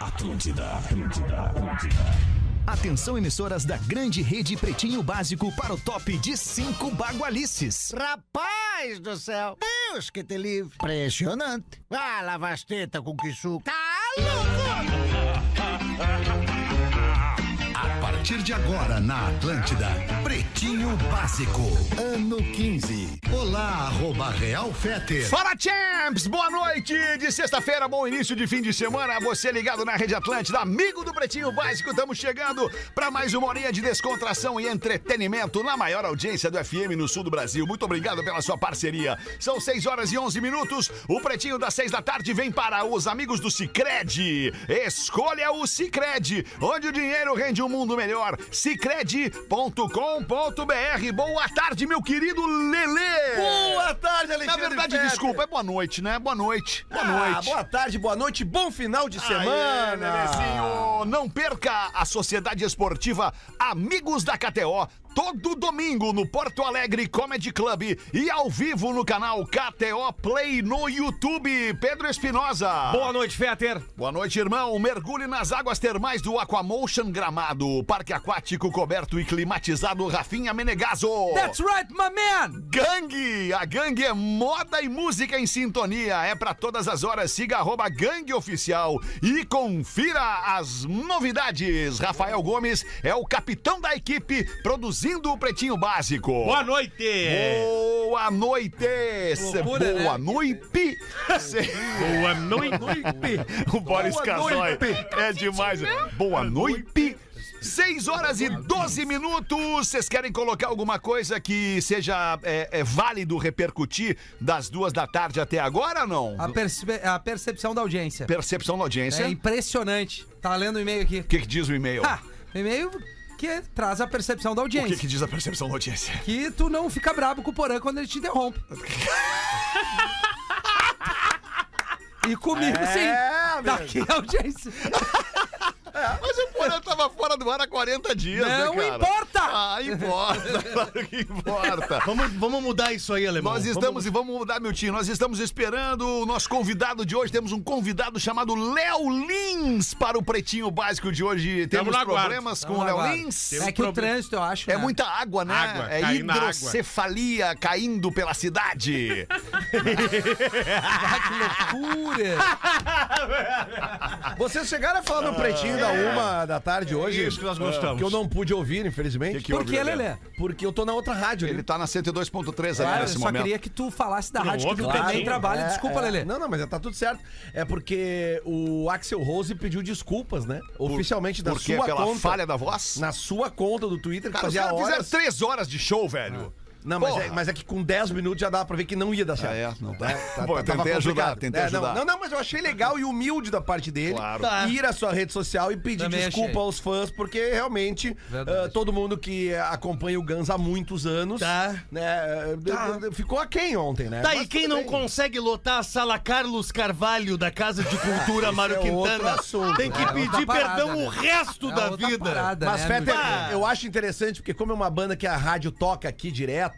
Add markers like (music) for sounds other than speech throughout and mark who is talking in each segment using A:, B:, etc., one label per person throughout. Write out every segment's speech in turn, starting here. A: Atlântida, Atlântida, Atlântida. Atenção, emissoras da grande rede Pretinho Básico para o top de cinco bagualices.
B: Rapaz do céu! Deus que te livre! Impressionante! Vai lavar as tetas com que suco! Tá
A: A partir de agora na Atlântida, Pretinho Básico, ano 15. Olá, arroba Real Feter.
C: Fala, champs! Boa noite de sexta-feira, bom início de fim de semana. Você ligado na Rede Atlântida, amigo do Pretinho Básico, estamos chegando para mais uma horinha de descontração e entretenimento na maior audiência do FM no sul do Brasil. Muito obrigado pela sua parceria. São 6 horas e 11 minutos. O Pretinho das 6 da tarde vem para os amigos do Cicred. Escolha o Cicred, onde o dinheiro rende um mundo melhor. Cicred.com.br. Boa tarde, meu querido Lelê!
D: Boa tarde,
C: Na
D: Alexandre.
C: verdade,
D: Fetter.
C: desculpa, é boa noite, né? Boa noite. Boa
D: Ah,
C: noite.
D: boa tarde, boa noite, bom final de
C: Aê,
D: semana.
C: Lelezinho. Não perca a Sociedade Esportiva Amigos da KTO. Todo domingo no Porto Alegre Comedy Club e ao vivo no canal KTO Play no YouTube. Pedro Espinosa.
E: Boa noite, Fetter.
C: Boa noite, irmão. Mergulhe nas águas termais do Aquamotion Gramado. Parque aquático coberto e climatizado Rafinha Menegaso.
E: That's right, my man.
C: Gangue! A gangue é moda e música em sintonia. É pra todas as horas. Siga arroba gangue oficial e confira as novidades. Rafael Gomes é o capitão da equipe produzindo o Pretinho Básico.
E: Boa noite.
C: Boa noite!
E: Loucura, né? (laughs)
C: Boa noite!
E: Boa noite.
C: (laughs) O Boris
D: Boa
C: Casoy
D: noite.
C: é demais. Boa noite. 6 horas e 12 minutos. Vocês querem colocar alguma coisa que seja é, é válido repercutir das duas da tarde até agora ou não?
F: A, percep- a percepção da audiência.
C: Percepção da audiência.
F: É
C: O
F: impressionante. Tá lendo o e-mail aqui.
C: que, que diz o e-mail?
F: Ah, e-mail que traz a percepção da
C: o que,
F: audiência.
C: que diz a percepção da audiência?
F: Que tu não fica brabo com o Porã quando ele te interrompe. e comigo, sim. Tá aqui a audiência.
C: Mas o Porã tava fora do ar há 40 dias,
F: Não
C: né, cara?
F: importa.
C: Ah, importa, (laughs) claro que importa.
D: Vamos, vamos mudar isso aí, alemão.
C: Nós estamos, e vamos mudar, meu tio, nós estamos esperando o nosso convidado de hoje. Temos um convidado chamado Léo Lins para o Pretinho Básico de hoje.
E: Tamo
C: Temos
E: no aguardo.
C: problemas com
F: Vamos
C: o Léo
F: agora.
C: Lins. um
F: É que o trânsito, eu acho.
C: É
F: né?
C: muita água, né?
E: Água,
C: é
E: caindo na
C: hidrocefalia caindo pela
D: (laughs)
C: cidade.
F: Ah, que loucura.
D: (laughs) Vocês chegaram a falar no pretinho da
C: É.
D: uma da tarde hoje. Ah,
E: isso que nós gostamos.
D: Que eu não pude ouvir, infelizmente.
C: Que
F: Por
C: houve,
F: que,
C: Lelê?
F: Lelê?
D: Porque eu tô na outra rádio.
C: Ele tá na 102.3 ali
F: Claro, eu
C: nesse
F: só
C: momento.
F: queria que tu falasse da
E: Tu não
F: rádio que
E: ouve
F: tu
E: o
F: também
E: Pretinho?
F: trabalha. Desculpa,
D: é,
F: Lelê.
D: Não, não, mas tá tudo certo. É porque o Axel Rose pediu desculpas, né? Oficialmente da
C: Porque
D: sua
C: pela
D: conta.
C: falha da voz.
D: Na sua conta do Twitter, que
C: Cara, os
D: fazia
C: caras fizeram
D: horas...
C: três horas de show, velho.
D: Não, mas
C: Porra.
D: é, mas é que com 10 minutos já dava pra ver que não ia dar certo.
C: Ah, é? Não dá.
D: Tá,
C: Bom, eu
D: tava
C: tentei
D: complicado.
C: ajudar, tentei
D: É, não,
C: ajudar.
D: Não, não, mas eu achei legal e humilde da parte dele
C: Claro.
D: Tá. ir à sua rede social e pedir
F: Também
D: desculpa
F: achei.
D: aos fãs, porque realmente
F: Verdade.
D: ah, todo mundo que acompanha o Guns há muitos anos
G: Tá.
D: né, d- d- ficou aquém ontem, né?
G: Tá,
D: Mas
G: e quem
D: tudo
G: não
D: bem.
G: consegue lotar a sala Carlos Carvalho da Casa de Cultura Mário
D: é outro
G: Quintana
D: assunto.
G: tem que
F: É outra
G: pedir
F: parada,
G: perdão
F: né?
G: o resto
F: É
G: da
F: outra
G: vida.
F: parada,
D: Mas,
F: né,
D: Fetter,
G: Luiz?
D: eu acho interessante, porque como é uma banda que a rádio toca aqui direto,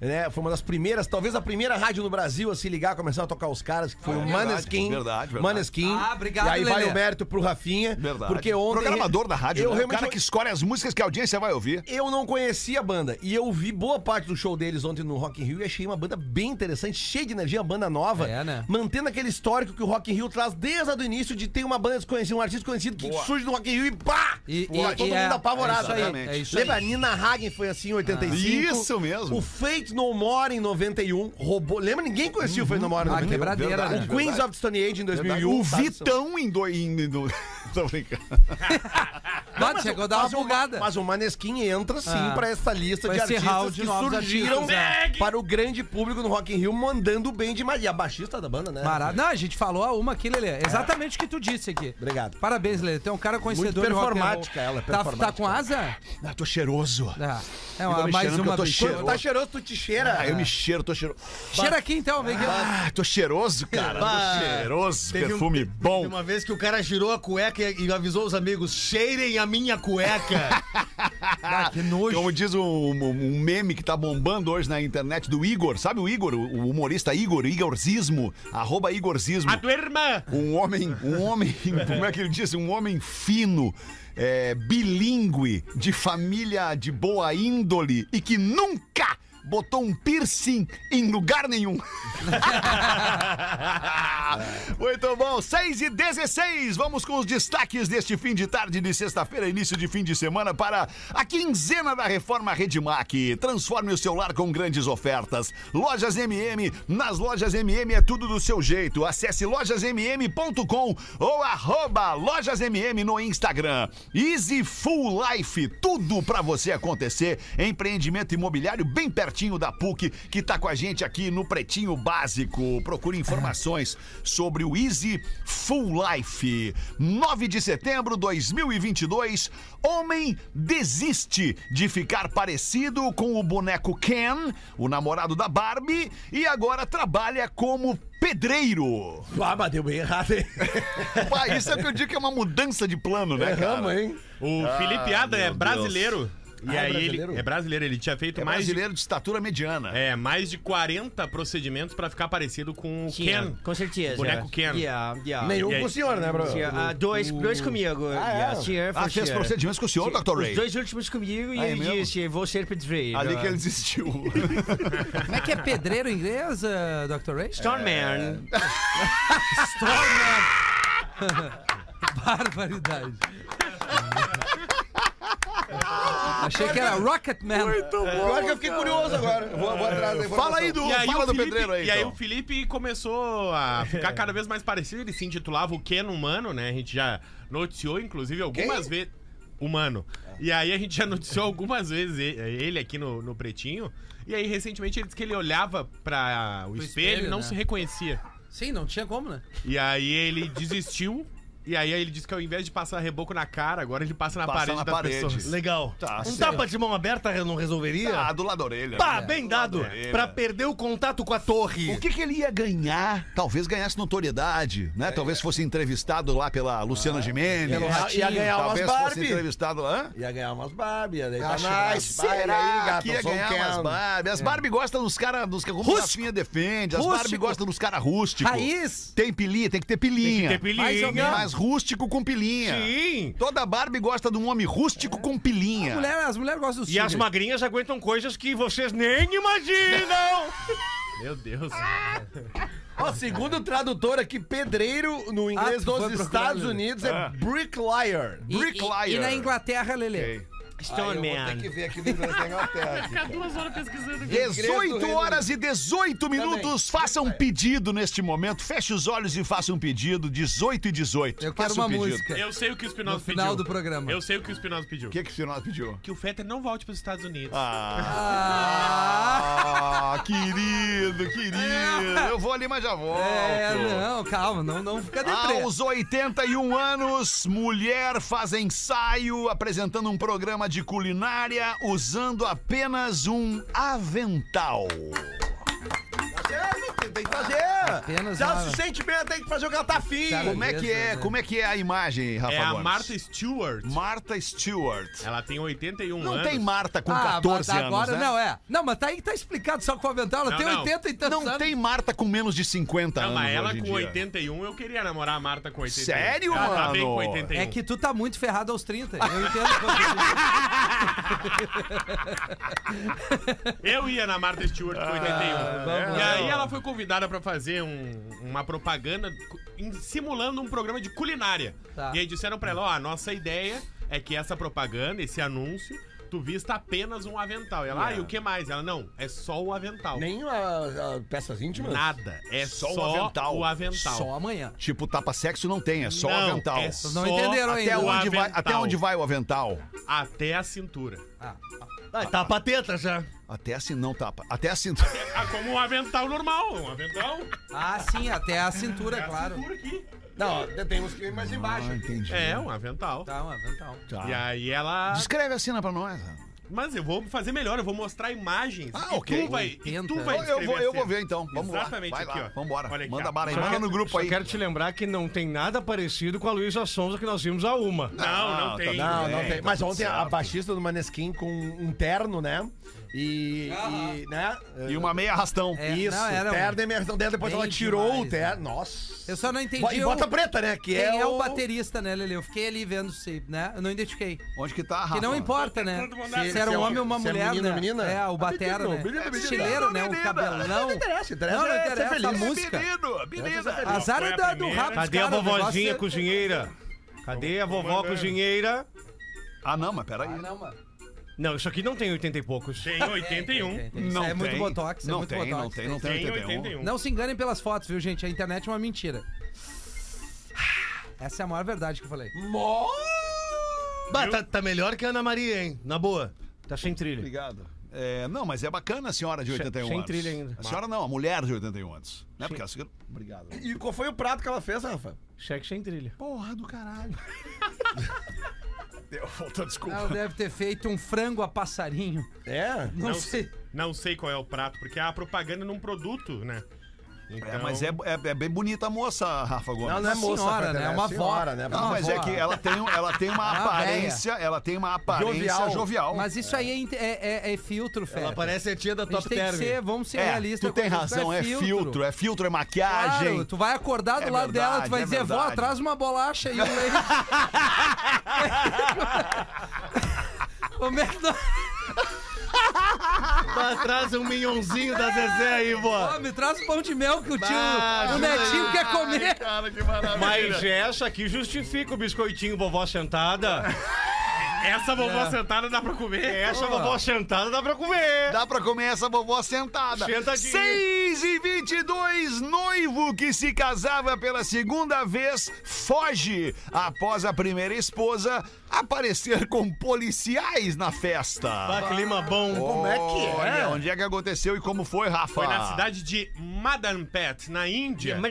D: né? Foi uma das primeiras, talvez a primeira rádio no Brasil a se ligar, começar a tocar os caras, que foi o Maneskin.
C: É verdade, verdade.
D: Maneskin.
F: Ah, obrigado,
D: E aí vai
F: Lelê.
D: o mérito pro Rafinha.
C: Verdade.
D: Porque ontem...
C: Programador da rádio, né?
D: eu
C: o
D: realmente
C: cara que escolhe as músicas que a audiência vai ouvir.
D: eu não conhecia a banda. E eu vi boa parte do show deles ontem no Rock in Rio e achei uma banda bem interessante, cheia de energia, uma banda nova.
F: É, né?
D: Mantendo aquele histórico que o Rock in Rio traz desde o início de ter uma banda desconhecida, um artista conhecido que surge no Rock in Rio e pá!
F: E-
D: Pô,
F: e-
D: todo
F: e
D: mundo
F: é-
D: apavorado.
F: é isso aí,
D: né?
F: é isso
D: Lembra?
F: aí.
D: Nina Hagen foi assim em 85.
C: Ah, isso mesmo.
D: O Fate No More em 91. Roubou. Lembra? Ninguém conhecia o Fate No More em
F: Ah,
D: 91.
F: quebradeira,
D: o
F: né?
D: Queens of the Stone Age em 2001.
C: O
D: sabe?
C: Vitão em dois. Em... do- (laughs) Tô brincando.
F: Mas um chegou a dar uma
D: Mas o Ma-
F: bugada.
D: Mas o Maneskin entra sim
F: Ah.
D: pra essa lista
F: Pra
D: de
F: esse
D: artistas
F: round de
D: que
F: novos
D: surgiram
F: artistas, é.
D: para o grande público no Rock in Rio, mandando bem demais. E a baixista da banda, né?
F: Mara- Não, a gente falou a uma aqui, Lelê. Exatamente o que tu disse aqui.
D: Obrigado.
F: Parabéns, Lelê. Tu é um cara conhecedor
D: Muito
F: de rock and roll.
D: performática ela,
F: Tá-
D: performática.
F: Tá, com asa?
C: Ah, tô cheiroso.
F: Tá. É
C: Eu tô
F: uma,
C: me
F: mais
C: cheirando que eu
F: uma
C: tô
F: vez.
C: cheiro-
D: Tá cheiroso, tu te cheira.
C: Ah, eu me cheiro, tô cheiroso.
F: Cheira aqui então, vem aqui.
C: Ah, tô cheiroso, cara.
G: Bah.
C: Tô cheiroso.
G: Teve um-
C: Perfume bom.
G: Teve
F: (laughs)
G: Uma vez que o cara girou a cueca e e avisou os amigos: cheirem a minha cueca.
D: Ah, que nojo.
C: Como diz um, um- um meme que tá bombando hoje na internet do Igor, sabe o Igor, o o humorista Igor, Igorzismo, arroba Igorzismo.
G: A tua irmã.
C: Um homem, um homem, (laughs) como é que ele disse? Um homem fino, é, bilíngue, de família de boa índole e que nunca botou um piercing em lugar nenhum. (laughs) Muito bom, 6 e 16. Vamos com os destaques deste fim de tarde de sexta-feira, início de fim de semana, para a quinzena da reforma Redmac. Transforme o seu lar com grandes ofertas. Lojas MM, nas lojas MM é tudo do seu jeito. Acesse lojasmm.com ou arroba lojasmm no Instagram. Easy Full Life, tudo para você acontecer. Empreendimento imobiliário bem pertinho da PUC, que tá com a gente aqui no Pretinho Básico. Procure informações sobre o Easy Full Life. 9 de setembro de 2022, homem desiste de ficar parecido com o boneco Ken, o namorado da Barbie, e agora trabalha como pedreiro.
D: Ah, mas deu bem
F: (laughs)
D: errado, hein?
C: Pá, isso é o que eu digo que é uma mudança de plano, né,
D: Erramos,
C: cara?
D: hein?
G: O Felipe Ada é brasileiro. E
D: Ah, é
G: aí
D: brasileiro?
G: ele é brasileiro, ele tinha feito
C: É
G: mais de,
C: brasileiro de estatura mediana.
G: é, mais de 40 procedimentos pra ficar parecido com o
H: Tinha,
G: Ken.
H: com certeza.
G: Boneco Ken.
H: Yeah, yeah.
D: Nenhum
G: e aí?
D: com o senhor, né, bro?
H: Tinha, ah, dois, dois comigo.
D: Ah, é?
H: yeah, sure, for
C: Ah, fez
H: sure.
C: procedimentos com o senhor, Dr.
H: Os
C: Ray.
H: dois últimos comigo e
C: Ah, é
H: ele
C: mesmo?
H: disse, vou ser pedreiro.
C: Ali que ele desistiu.
F: Como é que é pedreiro em inglês, eh, Dr. Ray?
H: Stormman.
F: Barbaridade. Achei que era Rocketman.
D: Pior que eu fiquei curioso agora. Eu Vou, vou atrás da informação.
C: Fala aí, do,
G: E aí,
C: fala
G: o
C: do
G: Felipe,
C: pedreiro aí.
G: e aí
C: então. É.
G: o Felipe começou a ficar cada vez mais parecido. Ele se intitulava o Ken Humano, né? A gente já noticiou, inclusive, algumas vezes. Humano. E aí a gente já (laughs) noticiou algumas vezes e- ele aqui no, no Pretinho. E aí, recentemente, ele disse que ele olhava para o
F: Pro
G: espelho,
F: espelho,
G: e não
F: né?
G: se reconhecia.
F: Sim, não tinha como, né?
G: E aí ele desistiu. E aí ele disse que ao invés de passar reboco na cara, agora ele passa na
C: Passa
G: parede
C: na
G: das
C: parede.
G: pessoas.
C: Legal. Tá,
G: Um
C: certo.
G: tapa de mão aberta não resolveria?
C: Ah, do lado da orelha.
G: Pá,
C: né?
G: bem dado.
C: Adorei,
G: Pra
C: né?
G: perder o contato com a torre.
C: O que, que ele ia ganhar? Talvez ganhasse notoriedade, né? Talvez fosse entrevistado lá pela Luciana Gimenez.
D: Pelo Ratinho. Ia ganhar umas
C: Talvez fosse
D: Barbie.
C: entrevistado Tá lá.
D: Ia ganhar umas Barbie, ia deitar
B: Acho
D: na-
B: mais
D: Vai aí,
C: Será
D: gato,
C: que ia
D: eu sou um
C: ganhar
D: Ken.
C: umas Barbie? As Barbie gostam dos caras... Dos, como o
F: Rústico.
C: Rafinha defende. As Barbie
F: Rústico.
C: gostam dos caras rústicos.
F: Raiz.
C: Tem pilinha, tem que ter pilinha.
G: Tem pilinha.
C: Mas rústico com pilinha.
G: Sim.
C: Toda Barbie gosta de um homem rústico com pilinha.
F: Mulher, as mulheres gostam do
G: E as magrinhas aguentam coisas que vocês nem imaginam. Meu Deus.
D: Ó, segundo o tradutor aqui, pedreiro no inglês
F: Ah, tu foi
D: dos
F: procurar,
D: Estados
F: Lelê.
D: Unidos
G: Ah.
D: é bricklayer.
F: E- e- E,
C: Bricklayer.
F: na Inglaterra, Lele.
D: Ah, Tem que
H: Stormman.
D: ver aqui no inglês da
G: (laughs)
D: Inglaterra. assim. aqui, cara.
C: 18 horas e 18 minutos. Faça um pedido neste momento. Feche os olhos e faça um pedido. 18 e 18.
F: Eu quero
C: Faça um
F: uma
C: pedido.
F: música.
G: Eu sei o que o Spinoza
F: No final
G: pediu.
F: do programa.
G: Eu sei o que o Spinoza pediu.
C: O que, que o Sinop pediu?
G: Que o Fetter não volte pros Estados Unidos.
C: Ah,
F: Ah,
C: ah, querido, querido. Eu vou ali, mas já volto.
F: é, não, calma, não, não fica deprê.
C: Aos 81 anos, mulher faz ensaio apresentando um programa de culinária usando apenas um avental.
D: Tem que fazer.
F: Apenas
D: Já
F: uma-
D: se sente bem, tem que fazer o que ela tá afim.
F: Cara,
C: Como é que é,
F: né?
C: como é, que é a imagem, Rafa
G: é a
C: Gomes?
G: Martha Stewart. É
C: Martha Stewart.
G: Ela tem 81
C: Não
G: anos.
C: tem Marta com
F: Ah,
C: 14
F: mas
C: anos,
F: agora
C: né?
F: não tá é. Não, mas tá aí que tá explicado só com o avental. Ela
G: Não,
F: tem
G: não.
F: 80 e tantos
C: Não
F: anos.
C: tem Marta com menos de 50
G: Não,
C: anos.
G: mas ela
C: hoje em
G: com
C: dia.
G: 81, eu queria namorar a Marta com 81.
C: Sério,
G: ela Tá
C: mano?
G: bem com 81.
F: É que tu tá muito ferrado aos 30. Eu entendo. quando tu-
G: Eu ia na Martha Stewart com 81.
F: Ah, vamos
G: e
F: lá.
G: aí ela foi convidada pra fazer um- uma propaganda cu- em- simulando um programa de culinária.
F: Tá.
G: E aí disseram pra ela, ó, a nossa ideia é que essa propaganda, esse anúncio, tu vista apenas um avental. E ela, ah, e o que mais? Ela, não, é só o avental.
D: Nem a- a- peças íntimas?
G: Nada, é só,
C: Só o avental.
G: o avental.
F: Só amanhã.
C: Tipo, tapa-sexo não tem, é só
G: Não,
C: o avental.
G: é
F: não
G: só
F: entenderam
G: até
C: Até,
F: ainda.
G: o
C: onde vai,
G: avental.
C: até onde vai o avental?
G: Até a cintura.
H: Ah, tá pateta já.
C: Até assim não tapa. Até assim. cintura.
G: Ah, como um avental normal, um avental.
F: Ah, sim, até a cintura,
G: É
F: claro.
G: a cintura aqui.
D: Não, tem uns que vem
I: Ah,
D: mais embaixo.
C: entendi.
G: É, um avental.
F: Tá, um avental.
C: Tá.
G: E aí ela...
C: Descreve a cena pra nós.
G: Mas eu vou fazer melhor, eu vou mostrar imagens.
C: Ah, ok.
G: E tu vai, e tu
F: 80.
G: vai
C: Eu vou,
G: escrever
C: eu vou
G: assim.
C: ver então. Vamos
G: Exatamente
C: lá. Vai
G: aqui,
C: lá.
G: ó.
C: Vambora.
G: Olha aqui,
C: Manda
G: ó.
C: bala aí.
G: Só
C: Manda
G: quero-
C: no grupo
I: Só
C: aí.
I: quero te lembrar que não tem nada parecido com a Luísa Sonza que nós vimos a uma.
G: Não, não
C: Ah,
G: tem.
D: Não, não
C: É,
D: tem.
C: tá
D: Mas
C: tudo
D: ontem a
C: certo.
D: baixista do Maneskin com um terno, né? E. e né?
C: E uma meia arrastão.
F: É,
D: Isso,
F: não, era um-
D: terno e meia arrastão dela, depois
F: Bem
D: ela tirou
F: demais,
D: o terno.
F: né?
D: Nossa.
F: Eu só não entendi
D: E
F: o-
D: bota preta, né? Que
F: Quem
D: é,
F: é, o baterista, né, Lele? Eu fiquei ali vendo se, né? Eu não identifiquei.
C: Onde que tá a
F: Que
C: Rafa?
F: não importa, né?
G: Todo mundo
F: Se,
G: acha
F: era
D: que
F: um
D: é
F: homem
D: o-
F: ou uma
D: Ah, se é
F: mulher,
D: menino,
F: né?
D: menina?
F: É, o Batera, né?
C: menino, menina.
F: Estileiro, né? Um
C: Menina.
F: cabelão.
D: Não interessa, interessa.
F: Não, não
D: é ser
F: interessa a
D: feliz.
F: música.
C: Menino, menina.
F: Azar
G: Foi
F: é
G: a
F: da, do
G: primeira.
F: rap dos
I: Cadê a
F: caras, o negócio
I: vovozinha
F: é-
I: cozinheira? Cadê a vovó
G: mandando.
I: cozinheira?
C: Ah, não, mas peraí.
F: Não, mano.
I: Não, isso aqui não tem 80 e poucos.
G: (laughs) Tem 81.
F: Isso
C: Não
F: é muito
C: tem.
F: botox, é
C: Não
F: muito
C: tem,
F: botox.
C: não tem, não tem.
G: Tem
C: 81.
G: 81.
F: Não se enganem pelas fotos, viu, gente? A internet é uma mentira. Essa é a maior verdade que eu
C: Hum.
F: falei.
I: Bah, tá, tá melhor que a Ana Maria, hein? Na boa. Tá sem trilha.
C: Obrigado. É, não, mas é bacana a senhora de 81
I: sem
C: anos.
I: trilha ainda.
C: A senhora não, a mulher de 81 anos. Né? Porque a senhora... Obrigado.
D: E qual foi o prato que ela fez, Rafa?
I: Cheque sem trilha.
C: Porra do (laughs) caralho. Deu, voltou, desculpa.
F: Ela deve ter feito um frango a passarinho.
D: É?
F: Não,
G: Não
F: sei.
G: Não sei qual é o prato, porque é a propaganda num
C: (laughs)
G: produto, né?
C: É,
G: Então-
C: mas é, é- é bem bonita a moça, Rafa Gomes.
D: Não, não é
F: Uma
D: moça,
F: senhora,
D: Fraternal,
F: né? É uma avó.
D: senhora, né?
C: Não,
F: uma
C: mas
F: avó.
C: é que ela tem, ela tem uma
F: uma
C: aparência, ela tem uma aparência Ah, jovial.
D: Jovial.
F: Mas isso aí é inte- é, é- é filtro, Fé.
I: Ela parece a tia da
F: A gente
I: Top
F: tem que
I: Term.
F: ser, vamos ser
C: é,
F: realistas.
C: tu tem
F: com isso,
C: razão, é filtro, é filtro, é maquiagem.
F: Claro, tu vai acordar do
C: É
F: lado dela, tu vai
C: verdade, é
F: dizer, vó,
C: verdade.
F: traz uma
C: (laughs)
F: bolacha e um leite. Como é que nós
I: Atrás um minhãozinho da Zezé
F: (laughs)
I: aí, vó.
F: Ó, me traz um pão de mel que o tio,
I: Bah,
F: o netinho quer comer.
I: Mas essa aqui justifica o biscoitinho vovó sentada.
G: Essa vovó sentada dá pra comer.
C: É
I: Essa vovó sentada dá pra comer.
C: Dá pra comer essa vovó sentada.
I: Sentadinha.
C: 6 e 22, noivo que se casava pela segunda vez foge após a primeira esposa aparecer com policiais na festa.
I: Bah, clima bom.
D: Como é que é?
C: Olha, onde é que aconteceu e como foi, Rafa?
G: Foi na cidade de Madampet, na Índia.
F: Lá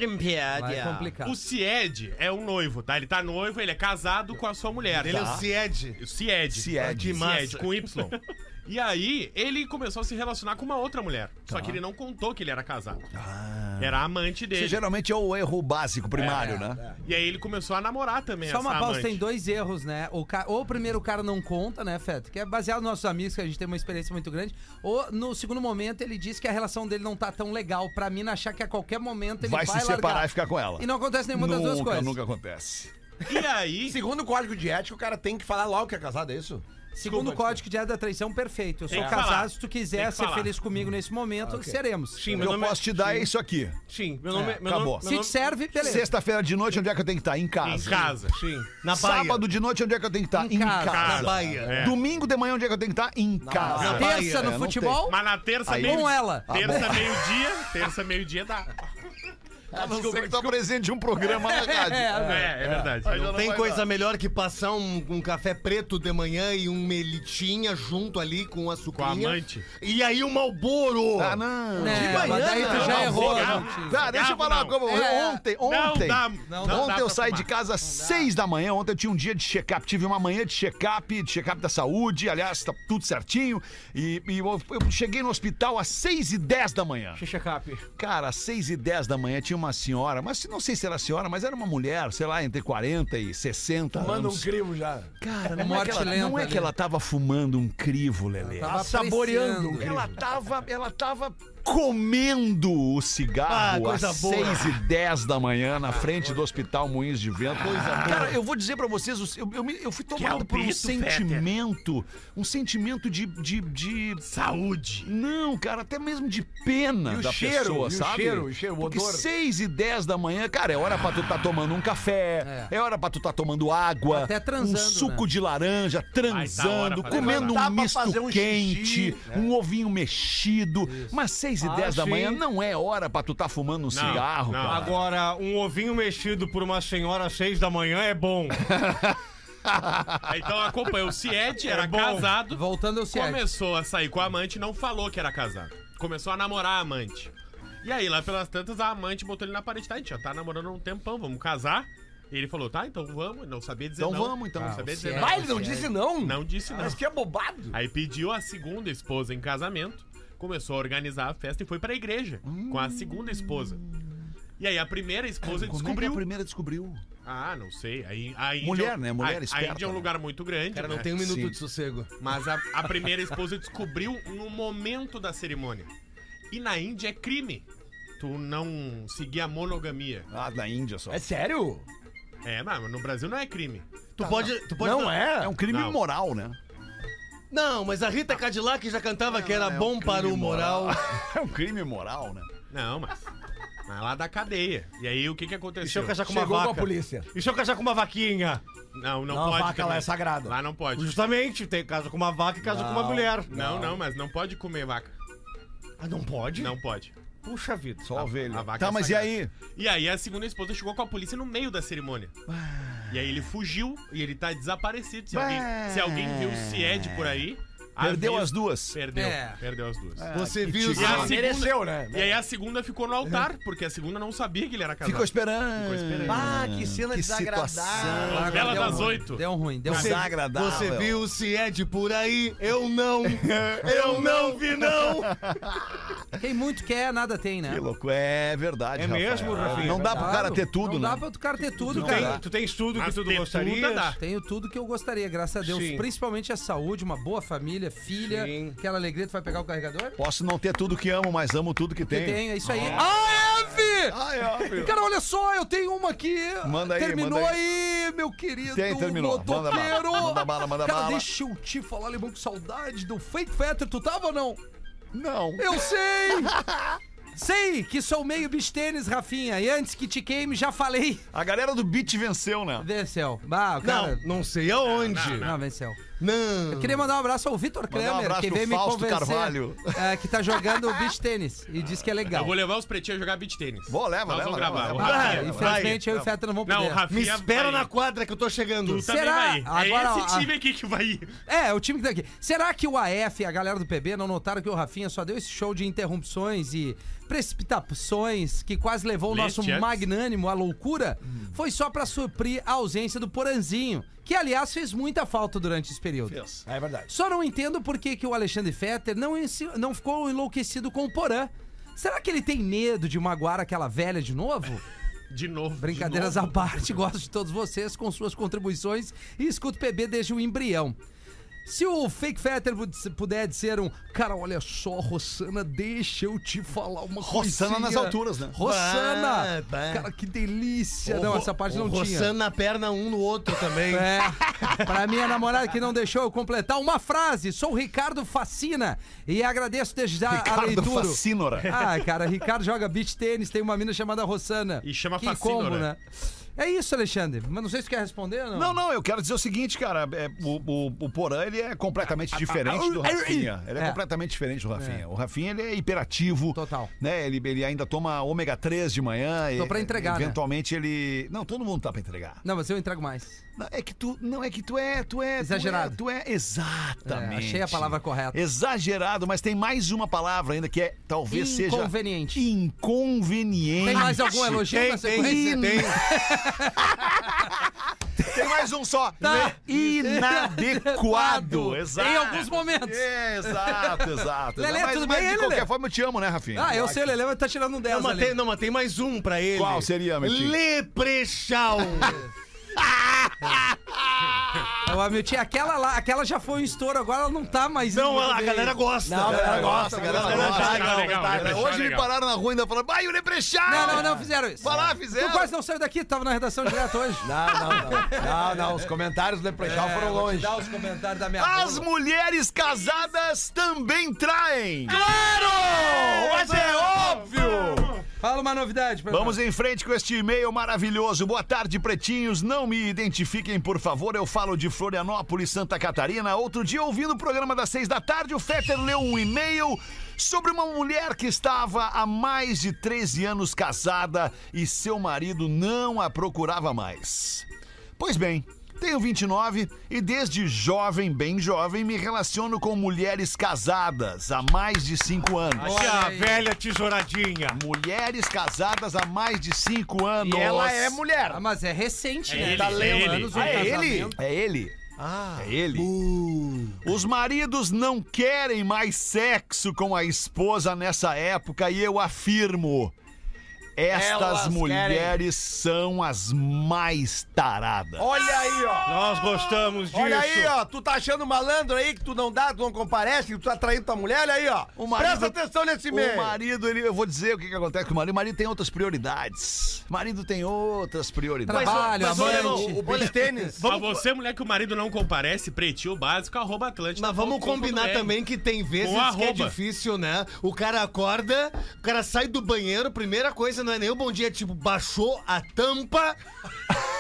F: é complicado.
G: O Cied é um noivo, tá? Ele tá noivo, ele é casado com a sua mulher.
I: Ele é
G: tá?
I: o Cied.
G: o Cied.
C: Cied.
G: Cied,
I: Massa.
G: com Y. (laughs) E aí, ele começou a se relacionar com uma outra mulher. Só que ele não contou que ele era casado. Era a amante
C: Esse
G: dele. É.
C: geralmente é o erro básico, primário, né?
G: E aí ele começou a namorar também
F: Só
G: essa
F: uma pausa,
G: amante.
F: tem dois erros, né? O ca- Ou o primeiro o cara não conta, né, Feto? Que é baseado nos nossos amigos, que a gente tem uma experiência muito grande. Ou no segundo momento ele diz que a relação dele não tá tão legal pra mim achar que a qualquer momento ele
C: Vai
F: vai,
C: se separar
F: largar.
C: e ficar com ela.
F: E não acontece nenhuma das duas
C: nunca,
F: coisas.
C: nunca acontece.
G: E aí...
D: Segundo o código de ética, o cara tem que falar logo que é casado, é isso?
F: Segundo o código de ética da traição, perfeito. Eu
G: Tem
F: sou
G: que falar.
F: casado, se tu
G: Tem
F: quiser
G: que
F: ser
G: falar.
F: feliz comigo nesse momento, seremos.
I: Sim,
C: O
I: meu
C: que eu
I: nome
C: posso
I: é...
C: te dar é isso aqui.
I: Sim, meu nome é... Meu
C: acabou.
I: nome- meu
F: Se te
I: nome-
F: serve, beleza.
C: Sexta-feira de noite, onde é que eu tenho que estar? Em
G: Em
C: casa.
G: casa.
I: Sim, na baia.
C: Sábado de noite, onde é que eu tenho que estar?
F: Em
C: Em
F: casa.
I: Na
C: casa.
I: baia.
G: É.
C: Domingo de manhã, onde é que eu tenho que estar? Em
F: Na
C: casa.
I: Bahia,
F: terça
C: é,
F: no
C: não
F: futebol,
G: Mas na terça,
C: Aí-
G: meio...
F: com ela.
G: Terça, meio-dia. Terça, meio-dia dá.
C: A não ser que tu apresente um programa na rádio.
G: É, é verdade.
I: Não tem coisa melhor que passar um, um café preto de manhã e um melitinha junto ali com
G: Com a
I: açucrinha.
G: amante.
I: E aí um malboro.
C: Ah, não.
F: É,
I: manhã,
F: mas daí tu
I: não,
F: já
I: não,
F: errou. né?
G: cigarro.
F: não, tio.
C: Tá, deixa eu falar
G: Não.
C: como
F: É.
C: ontem,
G: Não
C: ontem.
G: dá- não dá
C: ontem
G: pra
C: eu saí de
G: tomar.
C: casa às seis da manhã. Ontem eu tinha um dia de check-up. Tive uma manhã de check-up, de check-up da saúde. Aliás, tá tudo certinho. E, e eu, eu cheguei no hospital às seis e dez da manhã.
I: Xixa cap.
C: Cara, às 6 e 10 da manhã tinha uma senhora, mas não sei se era senhora, mas era uma mulher, sei lá, entre 40 e 60
D: Manda um
C: anos.
D: crivo já.
C: Cara, não
F: Morte
C: é, que ela,
F: lenta
C: não é que
F: ali.
C: ela tava fumando um crivo, Lelê.
F: Tava
D: saboreando.
F: apreciando.
C: Ela tava, ela tava comendo o cigarro
I: Ah,
C: às
I: coisa boa.
C: 6 e 10 da manhã na frente do Hospital Moinhos de Vento. Cara, eu vou dizer pra vocês, eu, eu me- eu fui
I: é
C: tomado por um
G: alpito,
C: sentimento, um sentimento de, de, de-
G: Saúde.
C: Não, cara, até mesmo de pena
D: E o
C: da
D: cheiro,
C: pessoa,
D: e o
C: sabe?
D: cheiro, o cheiro, o
C: Porque
D: odor.
C: 6 e 10 da manhã, cara, é hora pra tu tá tomando um café, é, hora pra tu tá tomando água,
F: Até transando,
C: um suco
F: né?
C: de laranja,
G: hora
C: transando,
G: pra
C: comendo
D: levantar
C: um
D: pra
C: misto
D: fazer um
C: quente,
D: xixi,
C: um ovinho mexido. Mas 6 e
I: Ah,
C: 10 da
I: sim.
C: manhã não é hora pra tu tá fumando um cigarro,
G: não.
C: cara.
I: Agora, um ovinho mexido por uma senhora às seis da manhã é bom. (laughs)
G: Então acompanha. O Cied era
I: É bom.
G: casado.
F: Voltando ao Cied.
G: Começou a sair com a amante, não falou que era casado. Começou a namorar a amante. E aí, lá pelas tantas, a amante botou ele na parede. Tá, a gente já tá namorando há um tempão, vamos casar. E ele falou, tá, então vamos. Não sabia dizer
C: Então
G: não.
C: vamos, então.
G: Não sabia dizer
F: você
G: não.
F: é-
D: Ah, ele não disse não?
G: Não disse não.
D: Mas que é bobado.
G: Aí pediu a segunda esposa em casamento, começou a organizar a festa e foi pra igreja com a segunda esposa. E aí a primeira
C: Como
G: esposa
C: é que
G: descobriu.
C: a primeira descobriu?
G: Ah, não sei. Aí, a Índia, é um
C: Mulher, né? Mulher
G: a-
C: esperta,
G: A Índia é um
C: né?
G: lugar muito grande.
I: Cara, não
G: né?
I: tem um minuto
C: Sim.
I: de sossego.
G: Mas a, a primeira esposa descobriu no momento da cerimônia. E na Índia é crime. Tu não seguir a monogamia.
C: Ah, da Índia só.
D: É sério?
G: É, mas no Brasil não é crime.
I: Tu pode. Tu pode
D: Não é?
C: É um crime
G: Não.
C: moral, né? (laughs)
I: Não, mas a Rita Cadillac já cantava que era
C: é um
I: bom para
C: crime
I: o moral.
C: É um crime moral, né?
G: Não, mas. Mas lá da cadeia. E aí o que que
H: Encheu
G: aconteceu?
H: o cachá com uma
D: Chegou com a
H: vaca.
D: polícia.
H: Encheu o cachá com uma vaquinha.
G: Não, não,
D: Não,
G: pode.
D: vaca lá
G: também.
D: é sagrada.
G: Lá não pode.
H: Justamente, tem casa com uma vaca e casa com uma
D: Não.
H: mulher.
G: Não, não, mas não pode comer vaca.
H: Ah, não pode?
G: Não pode.
H: Puxa vida.
C: Só ovelha.
G: a vaca
C: Tá,
G: é
C: mas e
G: sagrada.
C: aí?
G: E aí a segunda esposa chegou com a polícia no meio da cerimônia. E aí ele fugiu e ele tá desaparecido. Se, alguém, se alguém viu o Cied por aí.
C: Perdeu
G: avisa-
C: as duas.
G: Perdeu,
F: É.
G: perdeu as duas.
I: Você viu.
G: E a
C: Ah,
I: Zé?
G: segunda,
H: né?
G: e aí a segunda ficou no altar, porque a segunda não sabia que ele era casado.
C: Ficou esperando.
G: Ficou esperando.
D: Ah, que cena
C: Que
D: desagradável.
C: situação.
G: Novela
F: É. deu
G: das
F: ruim,
G: oito.
F: Deu ruim, deu ruim.
C: É um
A: Ah,
C: Desagradável.
I: Você viu o Cied por aí? Eu não. Eu não vi, não.
F: Quem muito quer, nada tem, né?
C: Que louco. É verdade,
H: É
C: Rafael.
H: mesmo, Rafinha?
C: Não dá pro cara ter tudo,
F: não
C: né?
F: Não dá pro cara ter tudo,
H: Tu,
F: cara.
H: tem, tu tens tudo que
G: Mas
H: tu
G: ter
H: gostaria?
G: tudo dá.
F: Tenho tudo que eu gostaria, graças a Deus.
H: Sim.
F: Principalmente a saúde, uma boa família, filha.
H: Sim.
F: Aquela alegria, tu vai pegar o carregador?
C: Posso não ter tudo que amo, mas amo tudo que
F: Eu
C: tenho.
F: tenho, é isso aí. Ah, Eve!
C: Ah, é
F: (laughs)
C: óbvio.
F: Cara, olha só, eu tenho uma aqui.
C: Manda aí,
F: Terminou
C: manda
F: aí, meu querido.
C: Tem, terminou. Manda bala,
F: motoqueiro.
C: manda bala, manda
F: Cara,
C: bala.
F: deixa eu te falar, Alemão, com saudade do Fake Fetter. Tu tava ou não?
C: Não.
F: Eu sei! sei que sou meio beach tênis, Rafinha. E antes que te queime, já falei.
C: A galera do beat venceu, né?
F: Venceu. Bah,
I: Não,
F: o cara...
I: não sei aonde.
F: Não, venceu.
I: Não.
F: Queria mandar um abraço ao Vitor
C: um
F: Kramer,
C: abraço
F: que
C: pro
F: veio me
C: Fausto
F: convencer.
C: Carvalho.
F: (laughs) é, que tá jogando beach tênis e diz que é
G: Eu
F: legal.
G: vou levar os pretinhos a jogar beat tênis.
C: Boa, leva,
G: Nós
C: leva,
G: vamos
C: leva,
G: gravar.
C: leva.
G: O
F: Ah,
G: Rafinha-
F: infelizmente eu e o Feta não vamos
G: Não, o
F: poder.
G: Rafinha
I: Me espera
G: vai.
I: na quadra que eu tô chegando.
G: Tu também
F: Será?
G: vai.
F: Agora,
G: é esse
F: a-
G: time aqui que vai ir.
F: É, o time que tá aqui. Será que o AF e a galera do PB não notaram que o Rafinha só deu esse show de interrupções e precipitações que quase levou o
G: Lê,
F: nosso
G: Jets.
F: magnânimo à loucura? Foi só pra suprir a ausência do Poranzinho, que aliás fez muita falta durante esse período.
D: É verdade.
F: Só não entendo por que, que o Alexandre Fetter não, ensi- não ficou enlouquecido com o Porã. Será que ele tem medo de magoar aquela velha de novo?
G: De novo. de
F: Brincadeiras
G: novo.
F: à parte, (laughs) gosto de todos vocês com suas contribuições e escuto o PB desde o embrião. Se o Fake Fetter pud- puder dizer um, cara, olha só, Rossana, deixa eu te falar uma coisa.
C: Rossana nas alturas, né?
F: Rossana!
I: Bah, bah.
F: Cara, que delícia! não, essa parte não
I: Roçando na perna um no outro também.
F: tinha. (laughs) É, pra minha namorada que não deixou eu completar uma frase, sou o Ricardo Facina e agradeço desde já a
C: Ricardo
F: leitura.
C: Facínora.
F: Ah, cara, Ricardo joga beach tênis, tem uma mina chamada Rossana.
G: E chama
F: que
G: Facínora.
F: combo, né? É isso, Alexandre. Mas não sei se tu quer responder ou não.
C: Não, não, eu quero dizer o seguinte, cara. é, o, o, o Porã, ele é completamente diferente do Rafinha. Ele é,
F: É.
C: completamente diferente do Rafinha. O Rafinha, ele é hiperativo.
F: Total.
C: Né? Ele, ele ainda toma ômega 3 de manhã.
F: Tô
C: e-
F: pra entregar, né?
C: Eventualmente ele... Não, todo mundo tá pra entregar.
F: Não, mas eu entrego mais.
C: Não, é que tu... Não, é que tu é... Tu é tu
F: Exagerado.
C: é- Tu é... Exatamente.
F: É, achei a palavra correta.
C: Exagerado, mas tem mais uma palavra ainda que é... Talvez seja...
F: Inconveniente.
C: Inconveniente.
F: Tem mais algum elogio
I: Tem,
F: na
I: tem,
F: sequência?
I: tem.
C: Tem mais um só.
F: Tá.
C: Inadequado. Exato.
F: Em alguns momentos.
C: É, exato, exato.
F: Lelê,
C: Não, mas,
F: tudo
C: mas
F: bem,
C: de
F: Lelê?
C: qualquer forma, eu te amo, né, Rafinha?
F: Ah, eu sei, o Lelê mas tá tirando
C: É
F: um 10
I: Não, mas
F: ali.
I: tem, não, mas tem mais um pra ele.
C: Qual seria, meu tio?
I: Leprechal.
F: (laughs) Ô, meu tio, aquela lá, aquela já foi um estouro, agora ela não tá mais. indo
I: Não,
F: muito
I: a
F: bem.
I: galera gosta.
D: Não, a galera gosta,
C: a
I: A galera
C: gosta.
I: tá
G: Legal,
I: legal.
G: legal,
C: Cara,
G: legal.
C: Hoje me pararam na rua e ainda falaram, vai, o Leprechal!
F: Não, não, não fizeram isso.
C: Vai lá, fizeram.
F: Tu quase não saiu daqui, tava na redação direto hoje. É,
D: Não, não, não. Não, não. Os comentários do Leprechal foram
F: vou te
D: longe.
F: dar os comentários da minha
C: As
F: rola.
C: mulheres casadas também traem!
I: Claro!
C: Mas é óbvio!
F: Fala uma novidade pra
C: Vamos em frente com este e-mail maravilhoso. Boa tarde, pretinhos. Não me identifiquem, por favor. Eu falo de Florianópolis, Santa Catarina. Outro dia, ouvindo o programa das seis da tarde, o Fetter leu um e-mail sobre uma mulher que estava há mais de 13 anos casada e seu marido não a procurava mais. Pois bem, Tenho 29 e desde jovem, bem jovem, me relaciono com mulheres casadas há mais de 5 anos.
H: Olha a
F: aí.
H: velha tesouradinha.
C: Mulheres casadas há mais de 5 anos.
D: E ela é mulher.
F: Ah, mas é recente, né?
G: ele,
F: Tá
G: é
F: lendo
G: ele.
F: anos
C: Ah, é ele?
F: casamento.
C: É ele. Ah, é ele. Os maridos não querem mais sexo com a esposa nessa época e eu afirmo. Estas
D: Elas querem.
C: mulheres são as mais taradas.
D: Olha aí, ó.
H: Nós gostamos disso.
D: Olha aí, ó. Tu tá achando malandro aí que tu não dá, tu não comparece, que tu tá traindo tua mulher? Olha aí, ó.
C: O marido-
D: Presta atenção nesse
C: O
D: meio.
C: marido, ele, eu vou dizer o que, que acontece com o marido. O marido tem outras prioridades. O marido tem outras prioridades.
F: Trabalho,
H: mas, olha,
F: amante.
D: O beach tênis.
G: Pra você, mulher que o marido não comparece, pretinho básico, arroba Atlântico.
I: Mas vamos combinar também que tem vezes
G: Com
I: que é
G: arroba.
I: difícil, né? O cara acorda, o cara sai do banheiro, primeira coisa não é nem o bom dia, tipo, baixou a tampa.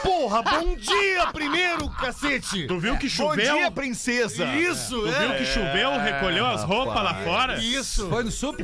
I: Porra, bom dia primeiro, cacete!
G: Tu viu que
C: Bom
G: choveu?
C: dia, princesa.
I: Isso,
G: Tu
I: é.
G: viu que choveu, recolheu as roupas lá fora?
I: Isso.
F: Foi no sup?